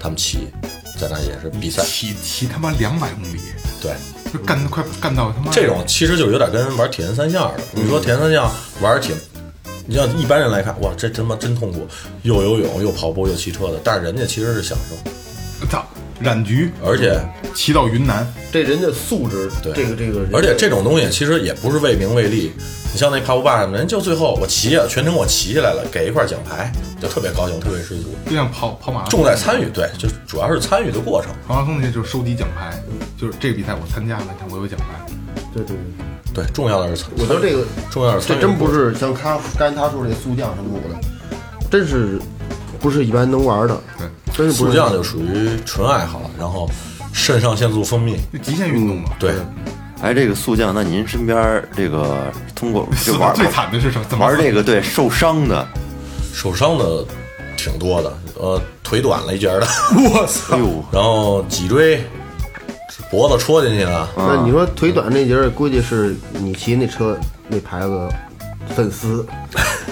G: 他们骑在那也是比赛，
E: 骑骑他妈两百公里，
G: 对。
E: 就干快干到他妈
G: 这种其实就有点跟玩铁人三项似的。你说铁人三项玩铁你像一般人来看，哇，这他妈真痛苦，又游泳又跑步又骑车的，但是人家其实是享受，
E: 操，染局，
G: 而且
E: 骑到云南，
C: 这人家素质，
G: 对
C: 这个这个，
G: 而且这种东西其实也不是为名为利。你像那帕布爸什么的，人就最后我骑啊，全程我骑下来了，给一块奖牌，就特别高兴，特别知足。
E: 就像跑跑马拉松
G: 重，在参与，对，就主要是参与的过程。
E: 跑马拉松那些就是收集奖牌，就是这个比赛我参加了，你看我有奖牌，
C: 对对，对
G: 对，重要的是参，
C: 我觉得这个
G: 重要的是参
C: 这
G: 与
C: 真不
G: 过程
C: 是像他刚才他说这速降什么的，真是不是一般能玩的，
E: 对，
C: 真是不
G: 速
C: 是
G: 降就属于纯爱好，然后肾上腺素分泌，
E: 就极限运动嘛。
G: 嗯对，
F: 哎，这个速降，那您身边儿这个通 过
E: 死
F: 就
E: 的
F: 玩
E: 最惨的是什么？怎么
F: 玩
E: 死
F: 这个对受伤的，
G: 受伤的挺多的，呃，腿短了一截儿的，
D: 我操！
F: 哎呦，
G: 然后脊椎、脖子戳进去了，
C: 那你说腿短那节儿，估计是你骑那车那牌子粉丝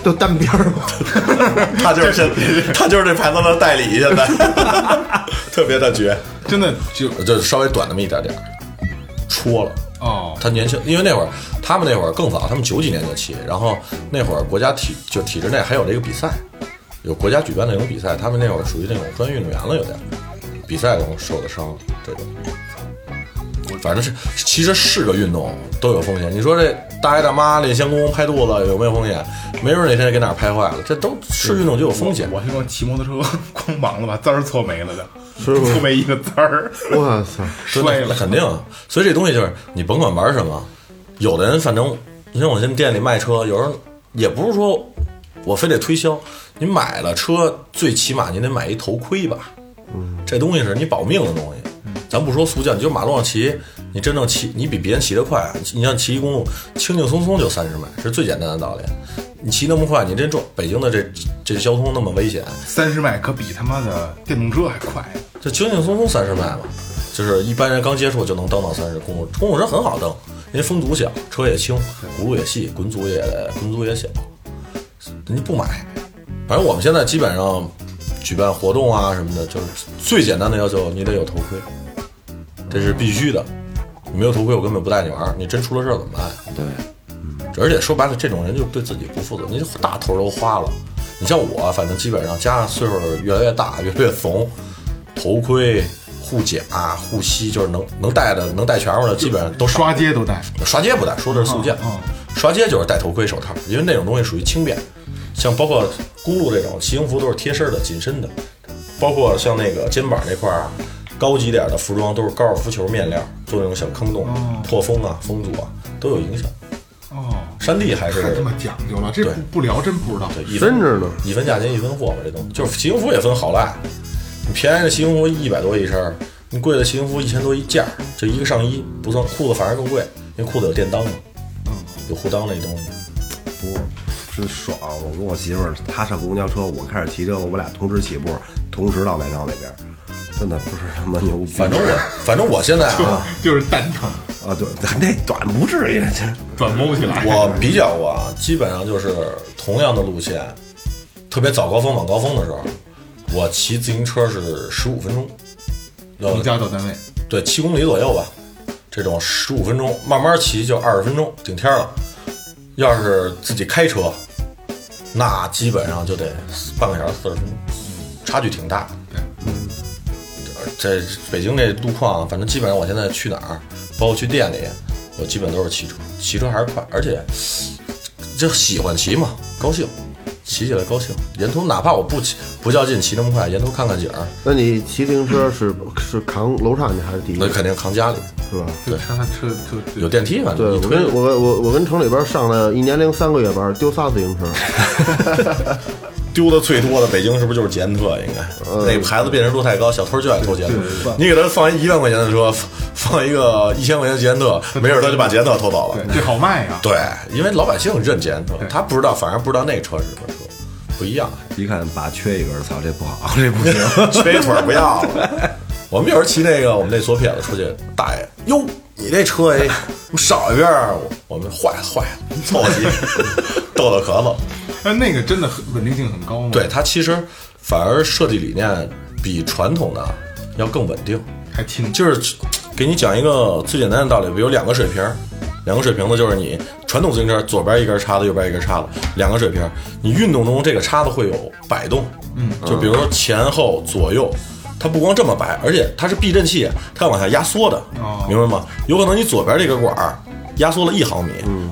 C: 都单边儿嘛，
G: 他 就是他就是这牌子的代理，现在 特别的绝，
E: 真的就
G: 就稍微短那么一点点儿，戳了。
E: 哦，
G: 他年轻，因为那会儿他们那会儿更早，他们九几年就骑，然后那会儿国家体就体制内还有这个比赛，有国家举办那种比赛，他们那会儿属于那种专业运动员了，有点比赛中受的伤这种。反正是，其实是个运动都有风险。你说这大爷大妈练仙功拍肚子有没有风险？没准哪天给哪儿拍坏了，这都是运动就有风险。
E: 我听说骑摩托车 光膀子把簪儿搓没了的，搓没一个簪儿，
C: 我操！
E: 摔
G: 那
E: 了，
G: 肯定。所以这东西就是你甭管玩什么，有的人反正你像我现在店里卖车，有人也不是说我非得推销，你买了车最起码你得买一头盔吧，嗯，这东西是你保命的东西。咱不说速降，你就马路上骑，你真正骑，你比别人骑得快啊！你像骑一公路，轻轻松松就三十迈，是最简单的道理。你骑那么快，你真撞北京的这这交通那么危险，
E: 三十迈可比他妈的电动车还快。
G: 就轻轻松松三十迈嘛，就是一般人刚接触就能蹬到三十。公路公路车很好蹬，因为风阻小，车也轻，轱辘也细，滚阻也滚阻也小，人家不买。反正我们现在基本上举办活动啊什么的，就是最简单的要求，你得有头盔，这是必须的。你没有头盔，我根本不带你玩儿。你真出了事儿怎么办呀？嗯
F: 对，
G: 而且说白了，这种人就对自己不负责，你大头都花了。你像我，反正基本上加上岁数越来越大，越来越怂，头盔、护甲、护膝，就是能能戴的、能戴全乎的，基本上都
E: 刷街都带，
G: 刷街不戴，说的是速降。刷街就是戴头盔、手套，因为那种东西属于轻便。像包括公路这种骑行服都是贴身的、紧身的，包括像那个肩膀这块儿啊，高级点的服装都是高尔夫球面料，做那种小坑洞、破风啊、风阻啊都有影响。
E: 哦，
G: 山地 还是
E: 太他妈讲究了，这
G: 对
E: 不不聊真不知道。
G: 对，一分
C: 真着呢，
G: 一分价钱一分货嘛，这东西就是骑行服也分好赖，你便宜的骑行服一百多一身儿，你贵的骑行服一千多一件儿，就一个上衣不算裤子，反而更贵，因为裤子有垫裆嘛，
E: 嗯
G: 有护裆那东西。
D: 不，真爽！啊我跟我媳妇儿，她上公交车，我开始骑车，我俩同时起步，同时到南昌那边儿，真的不是他妈牛逼。
G: 反正我，反正我现在啊，
E: 就是蛋疼，
D: 啊，对，咱这短不至于，这
E: 转不起来。
G: 我比较过啊，基本上就是同样的路线，特别早高峰晚高峰的时候，我骑自行车是十五分钟，要
E: 从家到单位，
G: 对，七公里左右吧，这种十五分钟，慢慢骑就二十分钟，顶天了。要是自己开车，那基本上就得半个小时四十分钟，差距挺大。
E: 对，
G: 这北京这路况，反正基本上我现在去哪儿，包括去店里，我基本都是骑车，骑车还是快，而且就喜欢骑嘛，高兴，骑起来高兴。沿途哪怕我不骑不较劲，骑那么快，沿途看看景儿，
C: 那你骑自行车是是扛楼上去还是底下
G: 那肯定扛家里，
C: 是吧？
E: 就车车车
G: 有电梯反
C: 对，
G: 正
C: 我
G: 一推
C: 跟
G: 就
C: 我我我跟城里边上了一年零三个月班，丢仨自行车，
G: 丢的最多的北京是不是就是捷安特？应该、那牌子辨识度太高，小偷就爱偷捷安特。你给他放一一万块钱的车，放放一个一千块钱的捷安特，没准他就把捷安特偷走了
E: 对。这好卖啊呀。
G: 对，因为老百姓认捷安特，他不知道，反而不知道那个车是什么车，不一样。
D: 一看爸缺一根儿，操，这不好，这不行。
G: 缺一腿儿不要了。我们有时候骑那个我们那左撇子出去，大爷哟，你这车哎，你少一边儿，我们坏了坏了，凑合 骑，逗逗咳嗽。
E: 但那个真的很稳定性很高嘛。
G: 对，它其实反而设计理念比传统的要更稳定。
E: 还轻。
G: 嗯就是给你讲一个最简单的道理，比如两个水瓶儿，两个水平的就是你传统自行车左边一根叉子，右边一根叉子，两个水平。你运动中这个叉子会有摆动，嗯，就比如说前后左右。它不光这么摆，而且它是避震器，它要往下压缩的，明白吗？有可能你左边这根管儿压缩了一毫米，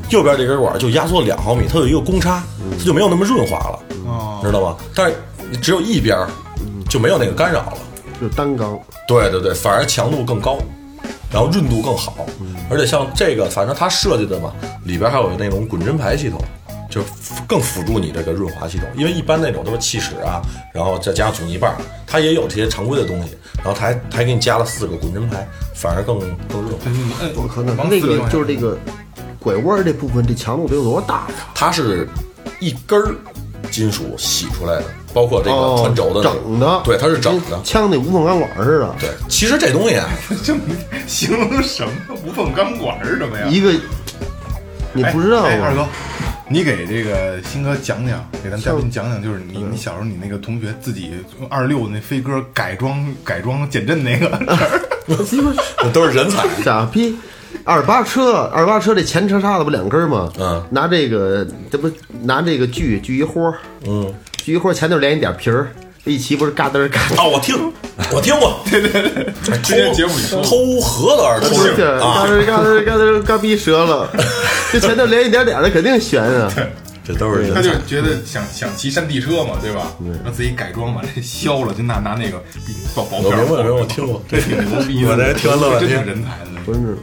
G: 右边这根管儿就压缩了两毫米，它有一个公差，它就没有那么润滑了，知道吗？但是只有一边儿就没有那个干扰了，
C: 就是单缸，
G: 对对对，反而强度更高，然后润度更好，而且像这个，反正它设计的嘛，里边还有那种滚针排系统，就是更辅助你这个润滑系统，因为一般那种都是气室啊，然后再加上阻尼棒，它也有这些常规的东西，然后它还它还给你加了四个滚针排，反而更更润滑。
C: 我可能那个就是这个拐弯儿这部分，这强度得有多大？
G: 它是一根儿金属洗出来的，包括这个
C: 哦
G: 穿轴的、那个
C: 整的，
G: 对，它是整的
C: 跟。枪那无缝钢管似的，
G: 对，其实这东西啊，
E: 这你形容什么？无缝钢管是什么呀？
C: 一个你不知道啊
E: 哎哎二
C: 吗？
E: 哥，你给这个新哥讲讲，给咱们嘉宾讲讲，就是你
C: 嗯
E: 你小时候你那个同学自己用二六那飞鸽改装改装减震那个事 儿，
C: 鸡巴
G: 都是人才。
C: 傻逼！二八车，二八车这前车叉子不两根儿吗？
G: 嗯
C: 拿这个这不拿这个锯锯一豁，嗯，锯一豁前头连一点皮儿，一骑不是嘎噔儿嘎噔儿。
G: 啊，我听，我听过，对对 对，偷
E: 节目里说
G: 偷核桃耳朵
C: 不是，嘎
G: 啊，
C: 吱嘎吱嘎吱嘎逼折了，这前头连一点点的肯定悬啊！
G: 这都是人
E: 他
G: 才
E: 就。觉得想想骑山地车嘛，对吧？让自己改装把这 削了，就拿拿那个保保
G: 我
E: 镖
G: 明白，明白，我听过，
E: 这挺牛逼的。
G: 我在这听完乐半
E: 真
G: 天
E: 挺人才的。嗯
C: 不是，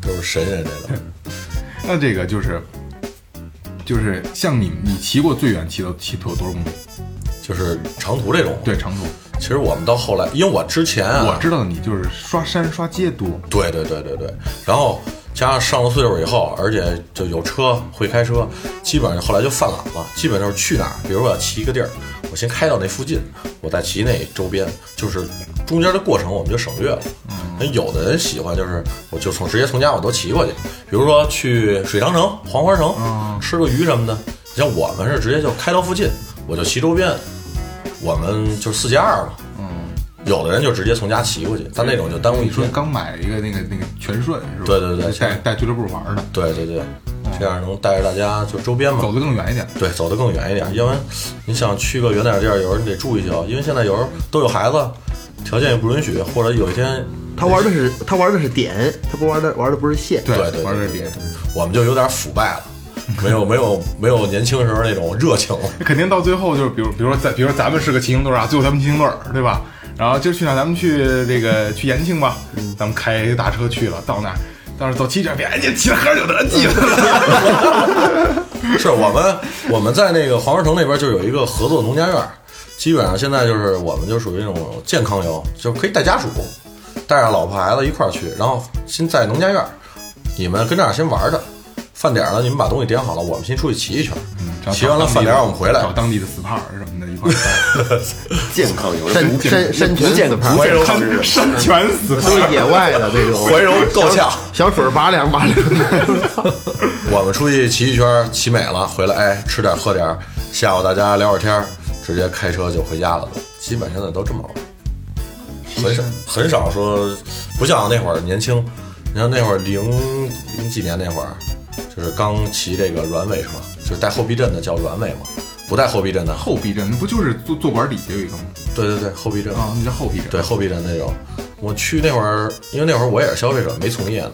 G: 都是神人，这个
E: 那这个就是就是像你你骑过最远骑到骑多多少公里？
G: 就是长途这种。
E: 对，，长途。
G: 其实我们到后来，因为我之前啊，
E: 我知道你就是刷山刷街多，
G: 对对对对对，然后加上上了岁数以后，而且就有车会开车，基本上后来就犯懒了，基本就是去哪儿，比如说我要骑一个地儿，我先开到那附近，我再骑那周边，就是中间的过程我们就省略了。
E: 嗯
G: 那有的人喜欢就是，我就从直接从家我都骑过去，比如说去水长城、黄花城、
E: 嗯
G: 吃个鱼什么的。你像我们是直接就开到附近，我就骑周边，我们就四加二嘛。有的人就直接从家骑过去，但那种就耽误
E: 嗯
G: 一
E: 你说
G: 天。
E: 刚买一个那个那个全顺是吧？
G: 对对对
E: 带带俱乐部玩的，
G: 对对对，这样能带着大家就周边嘛，
E: 走得更远一点。
G: 对走得更远一点。因为你想去个远点的地儿，有时候你得住一宿，因为现在有时候都有孩子，条件也不允许，或者有一天，
C: 他玩的是他玩的是点，他不玩的玩的不是线。
E: 对
G: 对对
E: 玩
G: 对
E: 点
G: 对
E: 别的，
G: 我们就有点腐败了，没有没有没有年轻时候那种热情了。
E: 肯定到最后就是，比如比如说咱，比如说咱们是个骑行队儿啊，最后咱们骑行队儿，对吧？然后今儿去哪儿？咱们去这个去延庆吧，
G: 嗯
E: 咱们开一个大车去了，到那儿，到那儿到七点，别人家骑了喝酒的人记了，
G: 是我们我们在那个黄石城那边就有一个合作农家院儿，基本上现在就是我们就属于那种健康游，就是可以带家属，带上老婆孩子一块儿去，然后先在农家院儿，你们跟这儿先玩着，饭点儿了你们把东西点好了，我们先出去骑一圈，骑完了饭点儿我们回来
E: 嗯找。当地的 SPA 什么的一块 儿
F: 健康游
C: 山山山泉
F: 健
C: 四
F: 康
C: 盘，
F: 怀柔
E: 干，山泉 SPA
C: 都是野外的那种，
G: 怀柔够呛，
C: 小水儿拔凉拔凉。
G: 我们出去骑一圈儿，骑美了，回来哎吃点儿喝点儿，下午大家聊会儿天儿，直接开车就回家了都，基本现在都这么玩儿。很少很少说，不像那会儿年轻。你像那会儿零零几年那会儿，就是刚骑这个软尾车，就是带后避震的叫软尾嘛，不带后避震的后。
E: 后避震，那不就是坐坐管底下有一个吗？
G: 对对对，后避震。
E: 啊，那叫后避震。
G: 对后避震那种。我去那会儿，因为那会儿我也是消费者，没从业呢。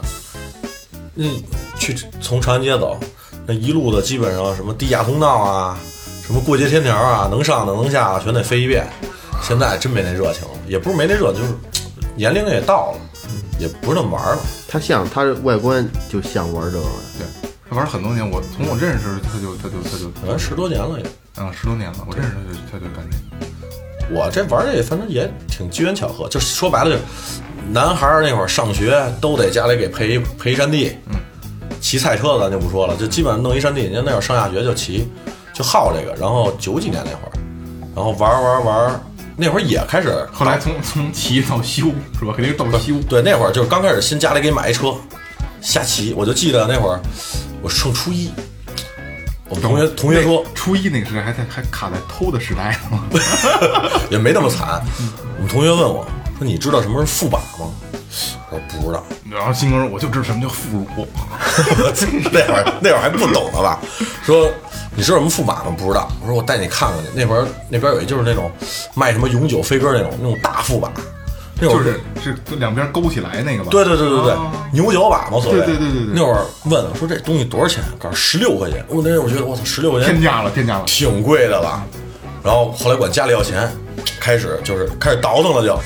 G: 嗯，去从长安街走，那一路的基本上什么地下通道啊，什么过街天桥啊，能上的能下的全得飞一遍。现在真没那热情了，也不是没那热，就是嘖年龄也到了，也不是那么玩了。
C: 他像他外观就像玩这个，
E: 对，他玩了很多年，我从我认识他就他就他就
G: 可能十多年了也，
E: 嗯十多年了，我认识他就他就干这
G: 我这玩儿这反正也挺机缘巧合，就是说白了就是，男孩儿那会儿上学都得家里给陪一陪一山地，嗯，骑赛车咱就不说了，就基本上弄一山地。人家那会儿上下学就骑，就好这个。然后九几年那会儿，然后玩儿玩儿玩儿，那会儿也开始
E: 个。后来从从骑到修是吧？肯定是到修。
G: 对，那会儿就是刚开始新家里给买一车，瞎骑。我就记得那会儿我上初一，我们同
E: 嗯
G: 学同学说
E: 那初一那个时代还在还卡在偷的时代呢吗？
G: 也没那么惨。我们同学问我说：“你知道什么是副把吗？”我说：“不知道。”
E: 然后新哥说我就知道什么叫副 乳，
H: 那会儿那会儿还不懂呢吧？
G: 说你知道什么驸马吗？不知道。我说我带你看看去。那边那边有一就是那种卖什么永久飞鸽那种那种大驸马，那会
E: 就
G: 儿
E: 是是两边勾起来那个吧？
G: 对对对对对，牛角马嘛所谓。
E: 对对对对对
G: 那会儿问我说这东西多少钱？告诉十六块钱。我那会儿觉得我操十六块钱
E: 天价了，天价了。
G: 挺贵的了。然后后来管家里要钱，开始就是开始倒腾了就，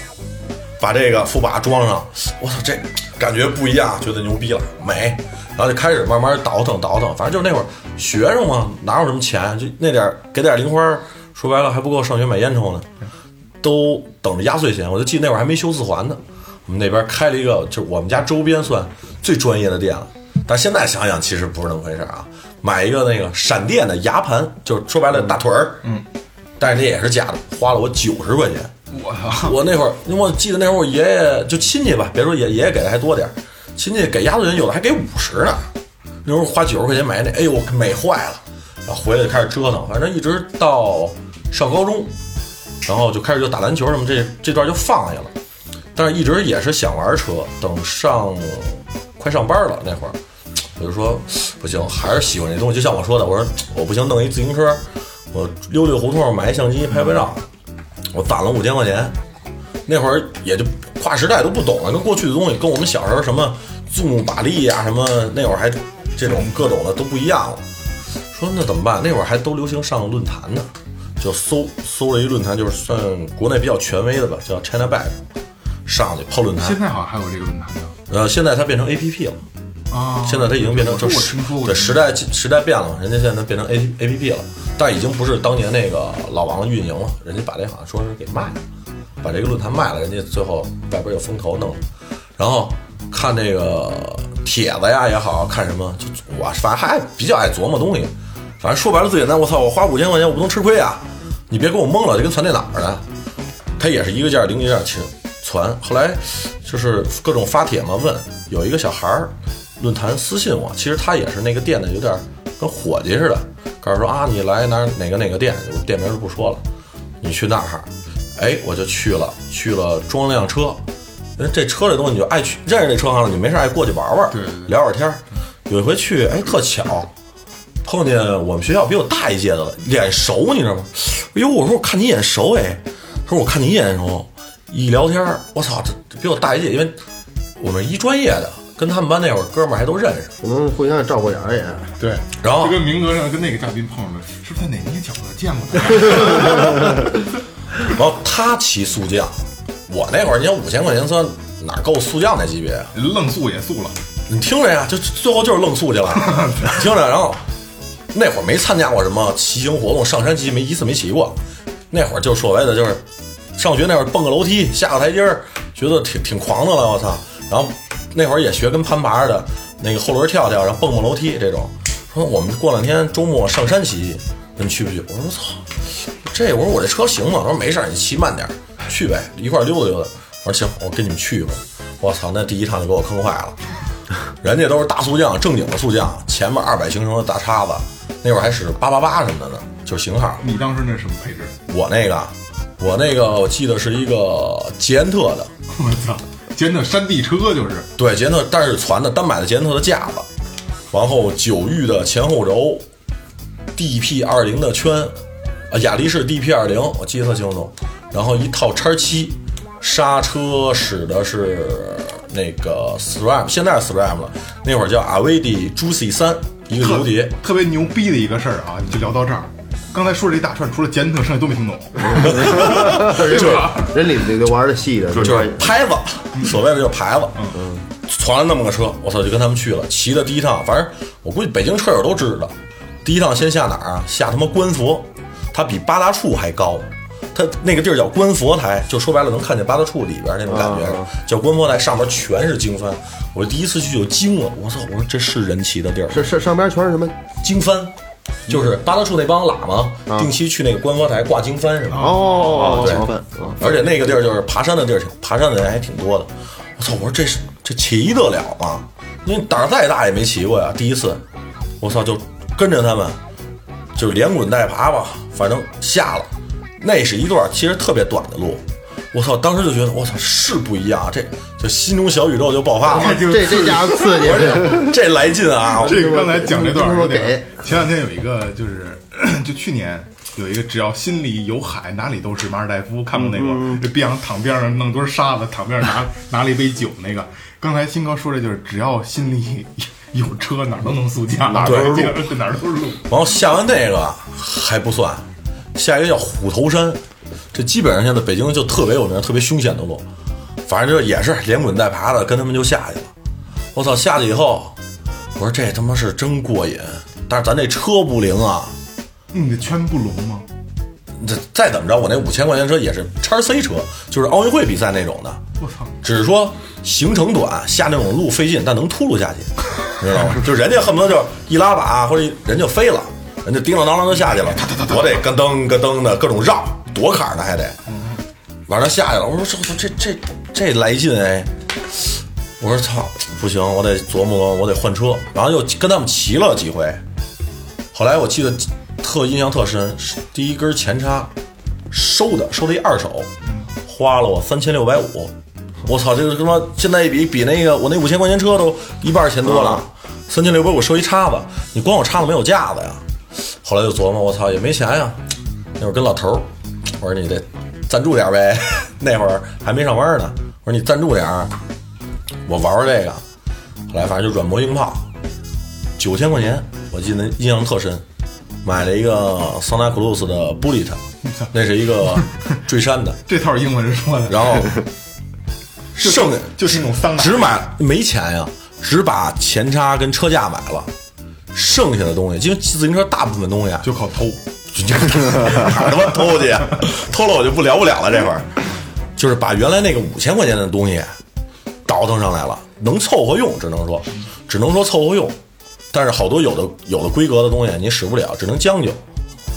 G: 把这个副把装上。我操，这感觉不一样，觉得牛逼了，美。然后就开始慢慢倒腾倒腾，反正就是那会儿学生嘛，哪有什么钱，就那点儿给点儿零花儿，说白了还不够上学买烟抽呢，都等着压岁钱。我就记得那会儿还没修四环呢，我们那边开了一个，就是我们家周边算最专业的店了。但是现在想想，其实不是那么回事儿啊。买一个那个闪电的牙盘，就是说白了大腿儿，嗯，但是那也是假的，花了我九十块钱。
E: 我操！
G: 我那会儿，因为我记得那会儿我爷爷就亲戚吧，别说爷爷爷给的还多点儿，亲戚给压岁钱有的还给五十呢。那时候花九十块钱买那，哎呦，美坏了。然后回来就开始折腾，反正一直到上高中，然后就开始就打篮球什么，这这段就放下了。但是一直也是想玩车，等上快上班了那会儿，我就说不行，还是喜欢这东西。就像我说的，我说我不行，弄一自行车，我溜溜胡同买一相机拍拍照，我攒了五千块钱。那会儿也就跨时代都不懂了，跟过去的东西跟我们小时候什么 Zoom、把力呀、什么那会儿还这种各种的都不一样了。说那怎么办？那会儿还都流行上论坛呢，就搜搜了一论坛，就是算国内比较权威的吧，叫 China Bag，上去泡论坛
E: 现。在好像还有这个论坛呢
G: 呃，现在它变成 A P P 了。
E: 啊！
G: 现在它已经变成就
E: 我说我
G: 是
E: 听说过
G: 对时代时代变了，人家现在变成 A A P P 了，但已经不是当年那个老王运营了，人家把这好像说是给卖了，把这个论坛卖了，人家最后外边有风投弄了，然后看那个帖子呀也好看什么，就我反正还比较爱琢磨东西，反正说白了最简单，我操，我花五千块钱我不能吃亏啊，你别给我蒙了，这跟传电脑似的，他也是一个件儿零一件儿传传。后来就是各种发帖嘛，问有一个小孩儿论坛私信我，其实他也是那个店的有点儿跟伙计似的，告诉说啊，你来哪儿哪个哪个店，我店名就不说了，你去那儿，哎，我就去了，去了装辆车。人这车这东西你就爱去认识这车行了，你没事爱过去玩玩，
E: 对对对
G: 聊会儿天儿。有一回去，哎，特巧，碰见我们学校比我大一届的了，脸熟，你知道吗？哎呦，我说我看你眼熟哎，他说我看你眼熟，一聊天儿，我操，这这比我大一届，因为我们一专业的，跟他们班那会儿哥们儿还都认识。
C: 我们互相照过眼儿也。
E: 对，
G: 然后
E: 就跟明哥上跟那个嘉宾碰上了，是不是在哪天讲的见过他？
G: 然后他骑速降，我那会儿你想五千块钱算哪够速降那级别啊？
E: 愣素也素了，
G: 你听着呀，就最后就是愣素去 了，你听着。然后那会儿没参加过什么骑行活动，上山骑没一次没骑过。那会儿就所谓的就是上学那会儿蹦个楼梯，下个台阶儿，觉得挺挺狂的了，我操。然后那会儿也学跟攀爬似的，那个后轮跳跳，然后蹦蹦楼梯这种。说我们过两天周末上山骑，你去不去？我说操，这我说我这车行吗？他说没事儿，你骑慢点儿，去呗，一块儿溜达溜达。我说行，我跟你们去一回。我操，那第一趟就给我坑坏了。人家都是大速降，正经的速降，前面二百行程的大叉子，那会儿还使八八八什么的呢，就是型号。
E: 你当时那是什么配置？
G: 我那个，我那个我记得是一个捷安特的，
E: 我操，真的山地车就是，
G: 对捷安特，但是攒的单买的捷安特的架子，然后九域的前后轴，DP 二零的圈，啊雅力士 DP 二零，我记得特清楚。然后一套叉七，刹车使的是那个 SRAM，现在是 SRAM 了，那会儿叫 Avedi Juicy 三，一个油碟。
E: 特别牛逼的一个事儿啊！就聊到这儿。刚才说这一大串，除了捷安特，剩下都没听 懂。
G: 就是
C: 人里头玩的细的，
G: 就是牌子，所谓的就是牌子。嗯，传了那么个车，我操，就跟他们去了。骑的第一趟，反正我估计北京车友都知道，第一趟先下哪儿啊？下他妈观佛，它比八大处还高。它那个地儿叫观佛台，就说白了能看见八大处里边那种感觉，叫观佛台，上面全是经幡。我第一次去就惊了，我操！我说这是人骑的地儿，
C: 这上上边全是什么？
G: 经幡，就是八大处那帮喇嘛定期去那个观佛台挂经幡是吧？
C: 哦，
F: 经幡
G: 而且那个地儿就是爬山的地儿挺，爬山的人还挺多的。我操！我说这是这骑得了吗？因为胆儿再大也没骑过呀，第一次。我操，就跟着他们，就是连滚带爬吧，反正下了。那是一段其实特别短的路，我操，当时就觉得我操是不一样，啊这就心中小宇宙就爆 发了，
C: 这这家伙刺激，
G: 这来劲啊！
E: 这个刚才讲这段儿
C: 你不
E: 有
C: 说
E: 点
C: 给
E: 儿，前两天有一个就是 就去年。有一个只要心里有海，哪里都是马尔代夫。看过那个，这边上躺边上弄堆沙子，躺边上拿拿了 一杯酒那个。刚才新哥说的就是，只要心里有车，哪儿都能速驾，哪儿
G: 都是路
E: 路，哪儿都是路。
G: 然后下完这个还不算，下一个叫虎头山，这基本上现在北京就特别有名、特别凶险的路，反正就是也是连滚带爬的，跟他们就下去了。我操，下去以后，我说这他妈是真过瘾，但是咱这车不灵啊，
E: 你的圈不聋吗？
G: 这再怎么着，我那五千块钱车也是叉 C 车，就是奥运会比赛那种的，
E: 我操！
G: 只是说行程短，下那种路费劲，但能秃噜下去，你知道吗？就人家恨不得就一拉把或者一人就飞了，人就叮当当啷就下去了，我得咯噔咯噔的各种绕躲坎儿呢，还得，晚上下去了，我说这这这这来劲哎，我说操，不行，我得琢磨琢磨，我得换车，然后又跟他们骑了几回，后来我记得特印象特深，是第一根前叉收的，收的一二手，花了我三千六百五。我操，这个他妈现在一比比那个我那五千块钱车都一半钱多了，三千六百五收一叉子，你光有叉子没有架子呀。后来就琢磨，我操也没钱呀。那会儿跟老头儿，我说你得赞助点儿呗， 那会儿还没上班呢，我说你赞助点儿，我玩玩这个。后来反正就软磨硬泡，九千块钱，我记得印象特深，买了一个桑达克鲁斯的 Bullet，那 是一个坠山的，
E: 这套英文是说的，
G: 然后剩下
E: 就是那种桑拿，
G: 只买没钱呀，只把前叉跟车架买了，剩下的东西，因为骑自行车大部分东西啊
E: 就靠偷。
G: 就 哪儿他妈偷去？啊偷了我就不聊不了了。这会儿就是把原来那个五千块钱的东西倒腾上来了，能凑合用，只能说，只能说凑合用。但是好多有的有的规格的东西你使不了，只能将就，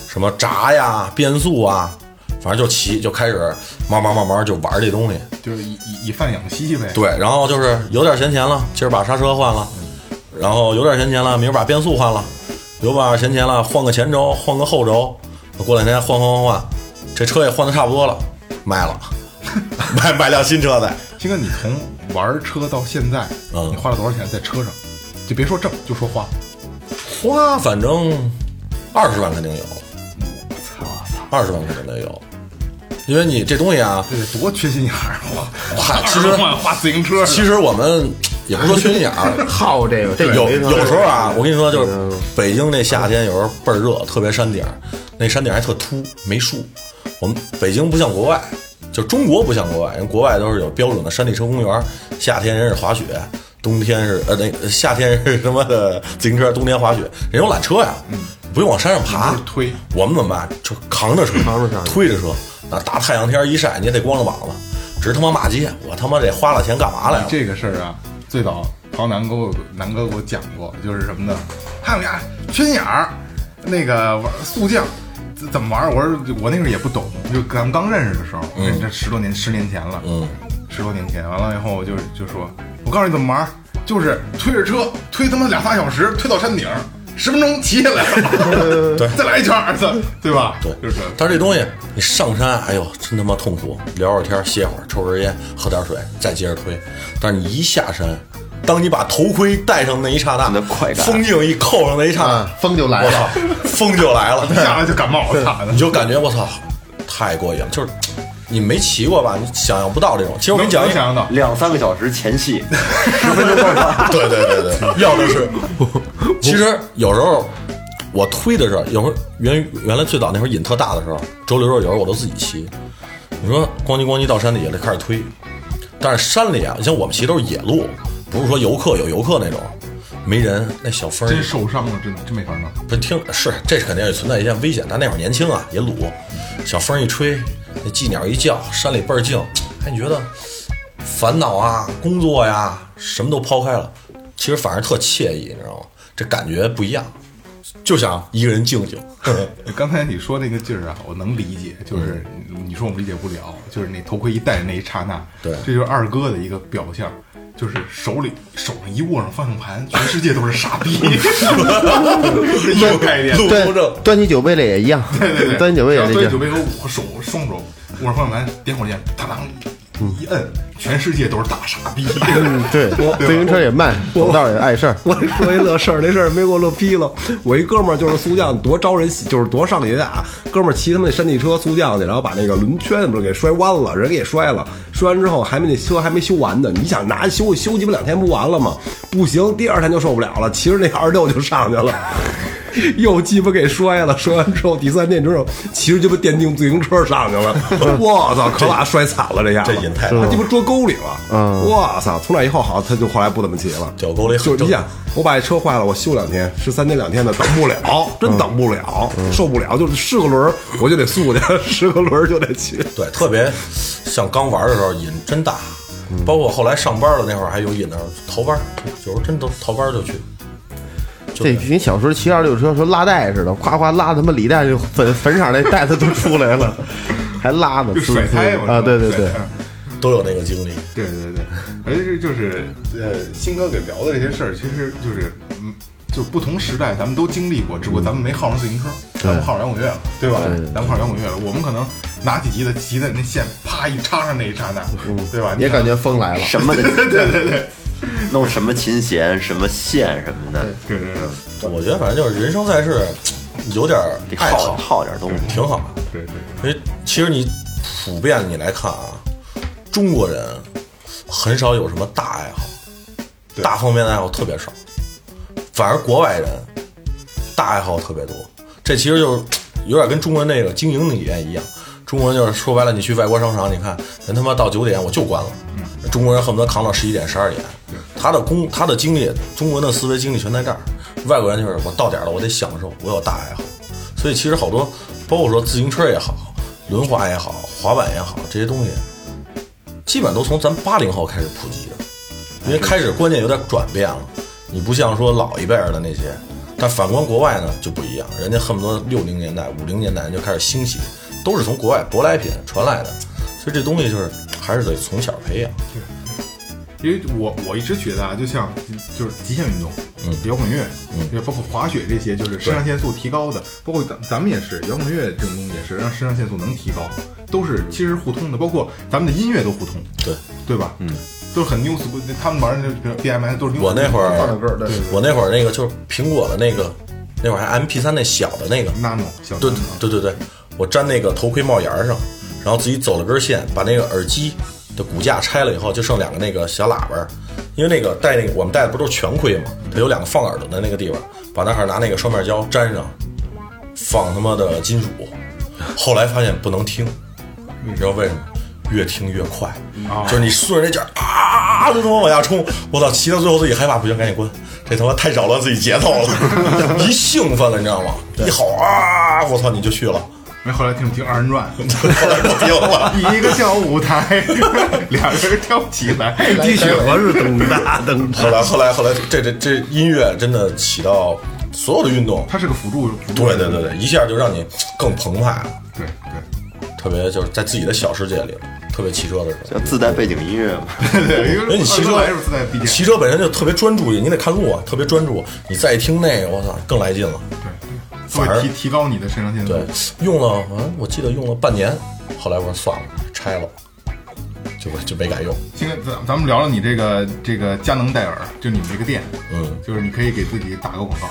G: 什么闸呀、变速啊，反正就骑就开始慢慢慢慢就玩这东西。
E: 就是以以以饭养息呗。
G: 对，然后就是有点闲钱了，今儿把刹车换了，然后有点闲钱了，明儿把变速换了，有把闲钱了，换个前轴，换个后轴，过两天换换换换，这车也换的差不多了，卖了， 买买辆新车再。
E: 鑫哥，你从玩车到现在，
G: 嗯
E: 你花了多少钱在车上？就别说挣，就说花。
G: 花反正二十万肯定有，二十万肯定有，因为你这东西啊，
E: 这得多缺心眼儿！我
G: 嗨
E: 二
G: 其
E: 十
G: 实
E: 万花自行车，
G: 其实我们也不是说缺心眼儿，
C: 好这个，这
G: 有有时候啊，我跟你说，
E: 嗯
G: 就是北京那夏天有时候倍儿热，特别山顶儿，那山顶儿还特秃，没树。我们北京不像国外，就中国不像国外，人国外都是有标准的山地车公园，夏天人是滑雪，冬天是呃那夏天是他妈的自行车，冬天滑雪，人有缆车呀，不用往山上
E: 嗯
G: 爬
E: 就是，推
G: 我们怎么办？就 扛着车，扛着车，推着车，那大太阳天儿一晒，你也得光着膀子，直他妈骂街，我他妈得花了钱干嘛来了？
E: 这个事儿啊，最早陶南给我南哥给我讲过，就是什么呢？他们家缺心眼儿，那个玩速降。怎怎么玩儿？我说我那时候也不懂，就咱们刚认识的时候，
G: 嗯
E: 这十多年十年前了，
G: 嗯，
E: 十多年前，完了以后我就就说，我告诉你怎么玩儿，就是推着车推他妈俩仨小时，推到山顶儿，十分钟骑下来了， 对，再来一圈儿，再对吧？
G: 对，
E: 就是
G: 但是这东西，你上山，哎呦，真他妈痛苦，聊会儿天，歇会儿，抽根烟，喝点水，再接着推。但是你一下山，当你把头盔戴上那一刹那，
F: 那快感
G: 风镜一扣上那一刹
C: 啊
G: 那，，
C: 风就来了
G: 我操。，风就来了，
E: 下来就感冒了，咋的
G: 你？就感觉我操，太过瘾了，就是。你没骑过吧？你想象不到这种。其实我
E: 能
G: 跟你讲
E: 能
G: 一
E: 想象到，
F: 两三个小时前戏，
G: 对对对对，要的是。 其实有时候我推的时候，有时候原原来最早那会儿瘾特大的时候，周六周日有时候我都自己骑。你说咣叽咣叽到山底下了开始推，但是山里啊，你像我们骑都是野路，不是说游客有游客那种，没人那小风儿
E: 真受伤了，真真没法弄。
G: 不是听是，这肯定也存在一些危险。但那会儿年轻啊，也鲁，小风一吹，那寂鸟一叫，山里倍儿静。哎，你觉得烦恼啊、工作呀、什么都抛开了，其实反而特惬意，你知道吗？这感觉不一样，就想一个人静静。
E: 刚才你说那个劲儿啊，我能理解，就是你你说我们理解不了，就是那头盔一戴那一刹那，
G: 对
E: 这就是二哥的一个表象，就是手里手上一握上方向盘， 全世界都是傻逼，就是一个概念。
G: 路不正
C: 端起酒杯来也一样，端起酒杯也
E: 然后
C: 这
E: 端起酒
C: 劲。
E: 杯和我手双手握着方向盘，点火键，当当一摁，全世界都是大傻逼。
C: 嗯对，自行车也慢，走道也碍事儿。
D: 我说一乐事儿，这事儿没给我乐批了。我一哥们儿就是速降，多招人喜，就是多上瘾啊！哥们儿骑他们那山地车速降去，然后把那个轮圈不是给摔弯了，人给摔了。摔完之后还没那车还没修完呢，你想拿修修鸡巴两天不完了吗？不行，第二天就受不了了，骑着那二六就上去了。又鸡巴给摔了，摔完之后第三天之后，骑着鸡巴电动自行车上 去了，我操，可把他摔惨了这嗯下，这瘾太大，他鸡巴捉沟里了，我操！从那以后好，他就后来不怎么骑了，
G: 掉沟里很
D: 就
G: 正
D: 是你想，我把这车坏了，我修两天，是三天两天的，等不了，
G: 嗯
D: 真等不了，受不了，就是试个轮儿我就得速去，试个轮儿 就得 骑，
G: 对，特别像刚玩的时候瘾真大，包括后来上班了那会儿还有瘾的时候，逃班儿，有时候真都逃班儿就去。
C: 这你小时候骑二六车，说拉带似的，夸夸拉他妈里带就粉粉色那带子都出来了，还拉呢，
E: 就甩胎嘛
C: 啊！对对对，
G: 都有那个经历，
E: 对对对，而且就是呃，新哥给聊的这些事儿，其实就是嗯，就不同时代咱们都经历过，只不过咱们没耗上自行车，咱们耗上摇滚乐了，对吧？咱们耗上摇滚乐了，我们可能拿起吉他，吉他那线啪一插上那一刹那，对吧？你
C: 也
E: 可
C: 感
E: 能
C: 觉风来了。
F: 什么的，对对对弄什么琴弦、什么线什么的，
E: 对对对
G: 我觉得反正就是人生在世，有点儿
F: 得
G: 爱
F: 耗
G: 好
F: 耗点东西。
G: 挺好。
E: 对对。
G: 因为其实你普遍你来看啊，中国人很少有什么大爱好，大方面的爱好特别少，反而国外人大爱好特别多。这其实就是有点跟中国人那个经营理念一样。中国人就是说白了，你去外国商场，你看人他妈到九点我就关了，
E: 嗯
G: 中国人恨不得扛到十一点、十二点。他的工，他的精力，中国人的思维精力全在这儿。外国人就是我到点儿了，我得享受，我有大爱好。所以其实好多，包括说自行车也好，轮滑也好，滑板也好，这些东西，基本都从咱八零后开始普及的，因为开始观念有点转变了。你不像说老一辈儿的那些，但反观国外呢就不一样，人家恨不得六零年代、五零年代就开始兴起，都是从国外舶来品传来的，所以这东西就是还是得从小培养。
E: 因为我我一直觉得啊，就像就是极限运动，
G: 嗯
E: 摇滚乐，
G: 嗯，
E: 包括滑雪这些，就是肾上腺素提高的，包括咱咱们也是摇滚乐这种东西也是让肾上腺素能提高，都是其实互通的，包括咱们的音乐都互通，
G: 对
E: 对吧？嗯，都是很 new school，他们玩的那个 BMS 都是 new
G: 我那会儿
E: 放歌对
G: 我那会儿那个就是苹果的那个，那会儿还 MP 三那小的那个，
E: nano 小啊
G: 对
E: nano
G: 对对对，我粘那个头盔帽檐儿上，然后自己走了根线，把那个耳机的骨架拆了以后，就剩两个那个小喇叭儿，因为那个戴那个我们戴的不都是全盔吗？它有两个放耳朵的那个地方，把那儿拿那个双面胶粘上，放他妈的金属。后来发现不能听，你知道为什么？越听越快，就是你顺着那劲儿啊，就他妈往下冲。我操，骑到最后自己害怕，不行，赶紧关，这他妈太扰乱自己节奏了。一兴奋了，你知道吗？一吼啊，我操，你就去了，
E: 那后来听听二人转，
G: 后来不听了。
E: 一个小舞 台，俩人跳起来，
G: 哎
D: 滴血合是等哒 等哒
G: 后来后来后来，这这这音乐真的起到所有的运动，
E: 它是个辅助，辅助
G: 对对对对，一下就让你更澎湃了，
E: 对对。
G: 特别就是在自己的小世界里，特别骑车的时候。
F: 要自带背景音乐嘛，
E: 对， 因
G: 因哎为你骑车
E: 来是自带 B
G: 骑车本身就特别专注，你得看路啊，特别专注。你再听那个，我操，更来劲了。
E: 会
G: 反而
E: 提提高你的肾上腺素。
G: 对，用了，嗯，我记得用了半年，后来我说算了，拆了，就就没敢用。
E: 现在咱咱们聊聊你这个这个佳能戴尔，就你们这个店，
G: 嗯
E: 就是你可以给自己打个广告，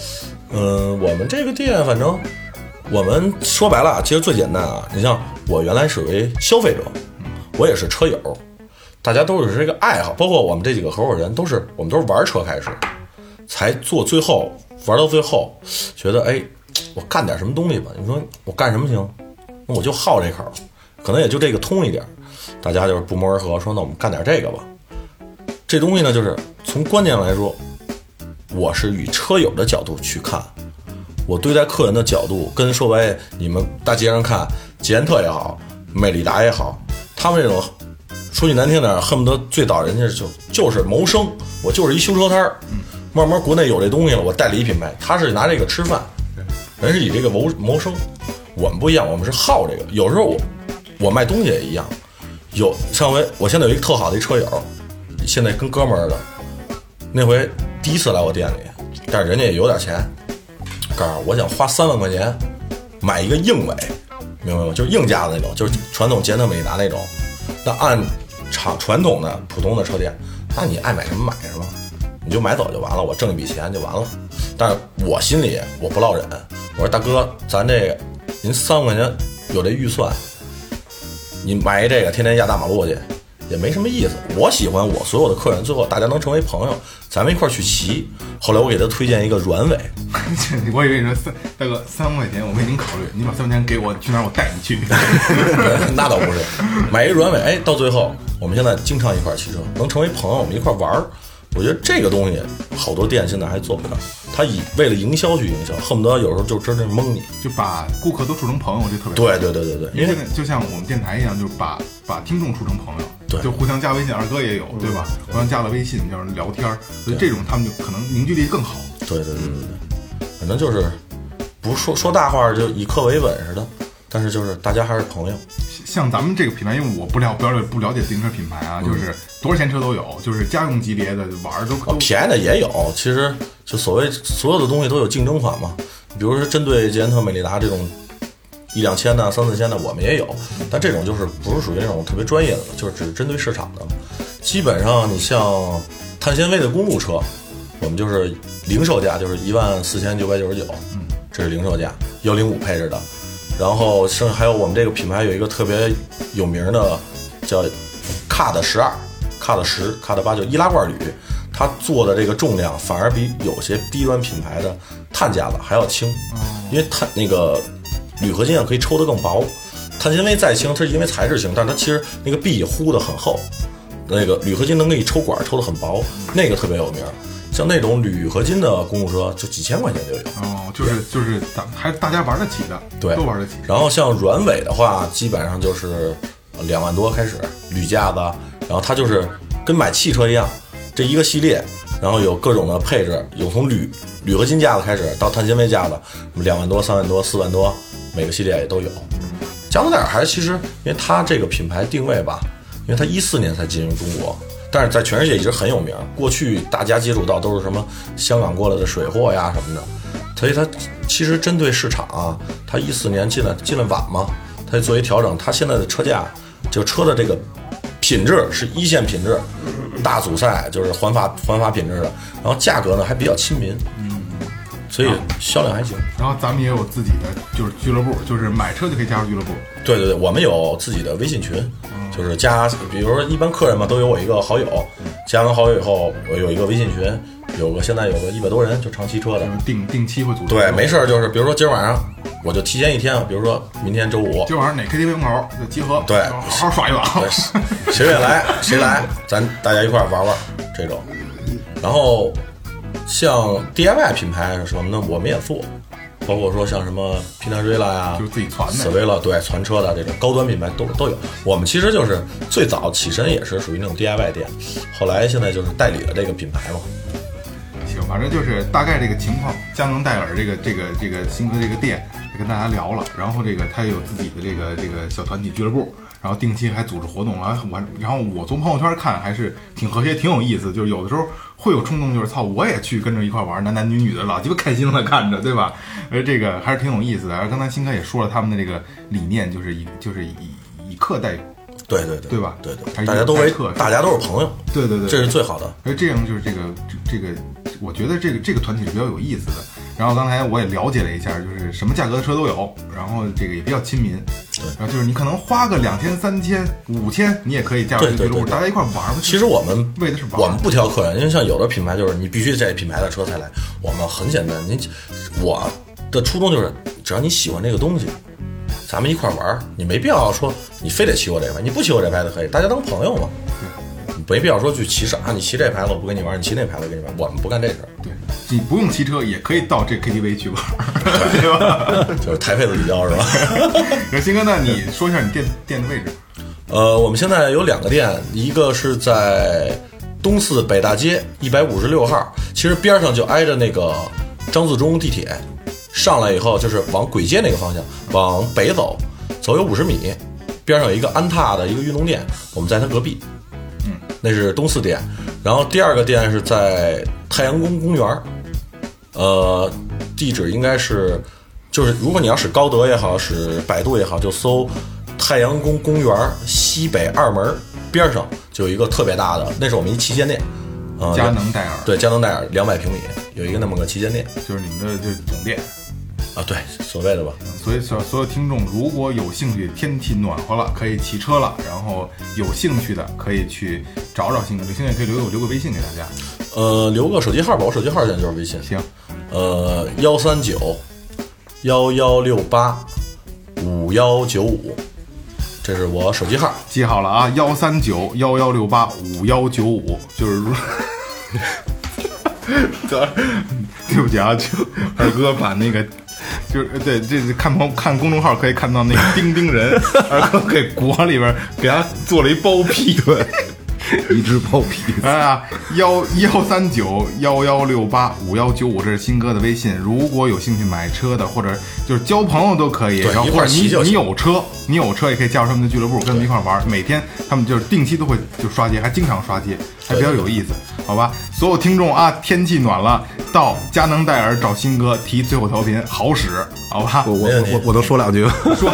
G: 嗯，我们这个店，反正我们说白了啊，其实最简单啊。你像我原来是为消费者，我也是车友，大家都是这个爱好，包括我们这几个合伙人，都是我们都是玩车开始，才做最后玩到最后，觉得哎，我干点什么东西吧。你说我干什么行？那我就好这口儿，可能也就这个通一点儿。大家就是不谋而合，说那我们干点这个吧。这东西呢，就是从观念来说，我是以车友的角度去看，我对待客人的角度跟说白，你们大街上看捷安特也好，美利达也好，他们这种说句难听点儿，恨不得最早人家就就是谋生，我就是一修车摊儿。慢慢国内有这东西了，我代理品牌，他是拿这个吃饭，人是以这个谋谋生。我们不一样，我们是好这个。有时候我我卖东西也一样，有上回我现在有一个特好的一车友，现在跟哥们儿的，那回第一次来我店里，但是人家也有点钱，告诉我我想花三万块钱买一个硬尾，明白吗？就是硬架的那种，就是传统捷德美达那种。那按厂传统的普通的车店，那你爱买什么买什么，你就买走就完了，我挣一笔钱就完了。但是我心里我不落忍，我说大哥，咱这个您三万块钱有这预算，你埋这个天天压大马路去，也没什么意思。我喜欢我所有的客人，最后大家能成为朋友，咱们一块儿去骑。后来我给他推荐一个软尾，
E: 我以为你说三大哥三万块钱，我为您考虑，你把三万块钱给我，去哪儿我带你去。
G: 那倒不是，买一软尾，哎，到最后我们现在经常一块儿骑车，能成为朋友，我们一块儿玩儿。我觉得这个东西好多店现在还做不到，他以为了营销去营销，恨不得有时候就真是蒙你。
E: 就把顾客都处成朋友，这特别好。
G: 对对对对对，
E: 因
G: 因
E: 为
G: 为
E: 现在就像我们电台一样，就是把把听众处成朋友，
G: 对嗯
E: 就互相加微信，二哥也有，对吧？互相加了微信，就是聊天儿，所以这种他们就可能凝聚力更好。
G: 对对对对对，反正就是不是说说大话就以客为本似的，但是就是大家还是朋友。
E: 像咱们这个品牌，因为我不了不了解不了解自行车品牌
G: 嗯
E: 啊，就是多少钱车都有，就是家用级别的玩儿都
G: 啊
E: 都，
G: 便宜的也有，其实就所谓所有的东西都有竞争款嘛。比如说针对捷安特、美利达这种一两千的、三四千的，我们也有，但这种就是不是属于那种特别专业的了，就是只是针对市场的了。基本上你像碳纤维的公路车，我们就是零售价就是一万四千九百九十九，这是零售价，幺零五配置的。然后剩还有我们这个品牌有一个特别有名的叫 Cut 十二、Cut 十、Cut 八，就易拉罐铝，它做的这个重量反而比有些低端品牌的碳架子还要轻，因为碳那个铝合金啊可以抽得更薄，碳纤维再轻，它是因为材质轻，但它其实那个壁糊得很厚，那个铝合金能给你抽管抽得很薄，那个特别有名。像那种铝合金的公路车，就几千块钱就有。
E: 哦，就是就是咱们还是大家玩得起的，
G: 对，
E: 都玩得起。
G: 然后像软尾的话，基本上就是呃两万多开始，铝架子，然后它就是跟买汽车一样，这一个系列，然后有各种的配置，有从铝铝合金架子开始到碳纤维架子，两万多、三万多、四万多，每个系列也都有。加诺戴尔还其实，因为它这个品牌定位吧，因为它一四年才进入中国，但是在全世界一直很有名。过去大家接触到都是什么香港过来的水货呀什么的，所以它其实针对市场啊，它一四年进来进来晚嘛，它作为调整，它现在的车价就车的这个品质是一线品质，大阻塞就是环法环法品质的，然后价格呢还比较亲民，所以销量还行。
E: 然后咱们也有自己的就是俱乐部，就是买车就可以加入俱乐部。
G: 对对对，我们有自己的微信群，
E: 嗯
G: 就是加，比如说一般客人嘛，都有我一个好友，加完好友以后，我有一个微信群，有个现在有个一百多人，就常骑车的。
E: 定定期会组织。
G: 对，没事儿，就是比如说今儿晚上，我就提前一天，比如说明天周五，
E: 今晚上哪 KTV 门口就集合，
G: 对
E: 好好耍一把。
G: 对，谁谁愿来谁来，咱大家一块儿玩玩这种。然后像 DIY 品牌什么的，我们也做，包括说像什么 Pinarello 呀，
E: 就是自己传的
G: s e v e l a 对，传车的这种高端品牌都都有。我们其实就是最早起身也是属于那种 DIY 店，后来现在就是代理了这个品牌嘛。
E: 行，反正就是大概这个情况。佳能戴尔这个这个这个新的这个店也跟大家聊了，然后这个他也有自己的这个这个小团体俱乐部，然后定期还组织活动啊。我然后我从朋友圈看还是挺和谐，挺有意思。就是有的时候会有冲动，就是操，我也去跟着一块玩，男男女女的，老鸡巴开心了，看着对吧？呃，这个还是挺有意思的。而刚才新哥也说了他们的这个理念，就是以就是以以客代
G: 对对对，
E: 对吧
G: 对
E: 还
G: 对，
E: 是
G: 大家都为
E: 代客是吧
G: 大家都是朋友，
E: 对对对，
G: 这是最好的。
E: 而这样就是这个这这个，我觉得这个这个团体是比较有意思的。然后刚才我也了解了一下，就是什么价格的车都有，然后这个也比较亲民。然后就是你可能花个两千、三千、五千，你也可以加入
G: 对
E: 这个
G: 对
E: 俱乐部，
G: 对对
E: 大家一块玩嘛。
G: 其实我们
E: 为的是玩
G: 我们不挑客人，因为像有的品牌就是你必须得这品牌的车才来。我们很简单，您我的初衷就是，只要你喜欢这个东西，咱们一块儿玩儿，你没必要说你非得骑我这牌，你不骑我这牌子可以，大家当朋友嘛。你没必要说去歧视啊！你骑这牌子我不跟你玩，你骑那牌子我跟你玩，我们不干这 事儿，
E: 对，你不用骑车也可以到这 KTV 去玩， 对吧？
G: 就是抬配子比较是吧？
E: 那鑫哥，那你说一下你店店的位置，
G: 呃，我们现在有两个店，一个是在东四北大街一百五十六号，其实边上就挨着那个张自忠地铁，上来以后就是往簋街那个方向往北走，走有五十米，边上有一个安踏的一个运动店，我们在它隔壁，嗯，那是东四店，然后第二个店是在太阳宫公园儿，呃，地址应该是就是如果你要使高德也好，使百度也好，就搜太阳宫公园西北二门边上就有一个特别大的，那是我们一旗舰店，呃，
E: 佳能戴尔，
G: 对佳能戴尔两百平米有一个那么个旗舰店
E: 就是你们的就是总店。
G: 啊，对，所谓的吧，
E: 所以所所有听众如果有兴趣，天气暖和了可以骑车了，然后有兴趣的可以去找找兴趣，有兴趣也可以留个留个微信给大家。
G: 呃，留个手机号吧，我手机号现在就是微信，
E: 行，
G: 呃，幺三九幺幺六八五幺九五，这是我手机号。
E: 记好了啊，幺三九幺幺六八五幺九五，就是 如。对对不起啊，就二哥把那个。就是对，这这看朋看公众号可以看到那个钉钉人，二哥给国里边儿给他做了一包屁股，
D: 一只包皮。
E: 哎呀，幺幺三九幺幺六八五幺九五，这是新哥的微信。如果有兴趣买车的，或者就是交朋友都可以，
G: 对
E: 然后
G: 一
E: 或
G: 块
E: 者
G: 儿骑
E: 你
G: 就行
E: 你有车，你有车也可以加入他们的俱乐部，跟他们一块儿玩儿。每天他们就是定期都会就刷街，还经常刷街，还比较有意思，好吧？所有听众啊，天气暖了，到佳能戴尔找新哥提最后调频，好使，好吧？
D: 我我我我能说两 句吗？说，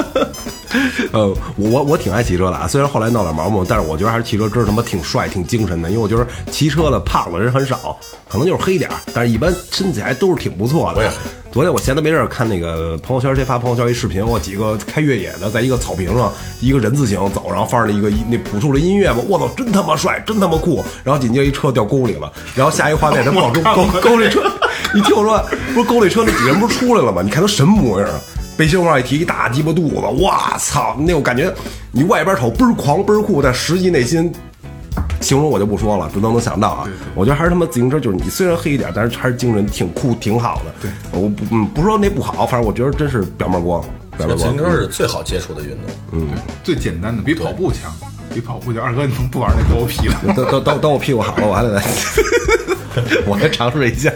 D: 呃，我我我挺爱骑车的啊，虽然后来闹点毛病，但是我觉得还是骑车真是他妈挺帅、挺精神的。因为我觉得骑车的胖的人很少，可能就是黑点儿，但是一般身材都是挺不错的。
G: 我也
D: 昨天我闲的没事儿看那个朋友圈，谁发朋友圈一视频，我几个开越野的，在一个草坪上，一个人字形走，然后放着一个一那朴树的音乐吧，我操，真他妈帅，真他妈酷！然后紧接着一车掉沟里了，然后下一画面他跑出沟沟里车，你听我说，不是沟里车那几个人不是出来了吗？你看都什么模样啊？背心往外提，一大鸡巴肚子，哇操！那种感觉，你外边瞅倍儿狂倍儿酷，但实际内心形容我就不说了，只能能想到啊。我觉得还是他妈自行车，就是你虽然黑一点，但是还是精神挺酷挺好的。对，我不嗯不说那不好，反正我觉得真是表面光，表面
G: 自行
D: 光。
G: 车是最好接触的运动，
E: 最简单的，比跑步强，比跑步强。二哥，你能不玩那包皮了？
D: 等等等等我屁股好了，我还得来， 我还尝试一下。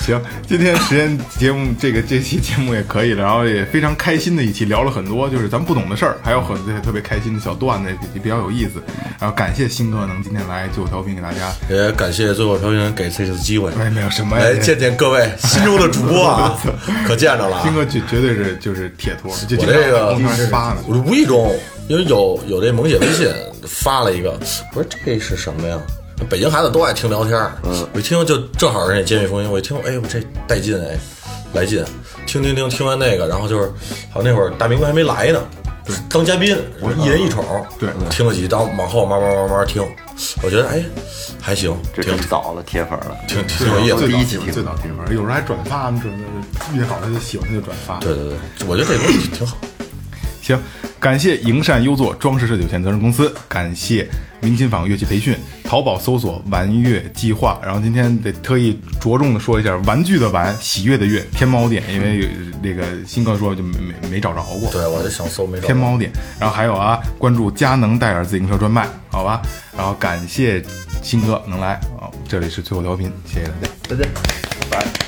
E: 行，今天时间节目这个这期节目也可以了，然后也非常开心的一期，聊了很多就是咱们不懂的事儿，还有很多特别开心的小段子，也比较有意思。然后感谢新哥能今天来就调频给大家，
G: 也感谢最后调频给这次机会，
E: 哎，没有什么，
G: 来见见各位心中的主播啊，可见着了啊。
E: 新哥绝绝对是就是铁托，就
G: 我
E: 经常
G: 这个
E: 经常发呢。
G: 我是无意中，因为有有这萌姐微信发了一个，我说这是什么呀？北京孩子都爱听聊天儿，我一听就正好人家监狱风云，我一听，哎呦这带劲哎，来劲，听听听听完那个，然后就是好像那会儿大明哥还没来呢，当嘉宾，我一人一瞅，
E: 对
G: 听了几张，往后慢慢慢慢听，我觉得哎还行，
F: 这
G: 挺
F: 真早了，铁粉了。
G: 挺挺有意思
E: 最
G: 的。
E: 早
F: 第一期
E: 听最早听玩，有时候还转发呢，什么的，遇见好他就喜欢他就转发。
G: 对对对，我觉得这东西挺好。
E: 行，感谢营善优作装饰设计有限责任公司，感谢民琴坊乐器培训，淘宝搜索“玩乐计划”。然后今天得特意着重的说一下，玩具的玩，喜悦的悦，天猫店，因为有那个新哥说就没没没找着过。
G: 对，我就想搜没找
E: 天。猫店，然后还有啊，关注佳能戴尔自行车专卖，好吧？然哦后感谢新哥能来啊、这里是最后调频，谢谢大家。
C: 再见。
F: 拜。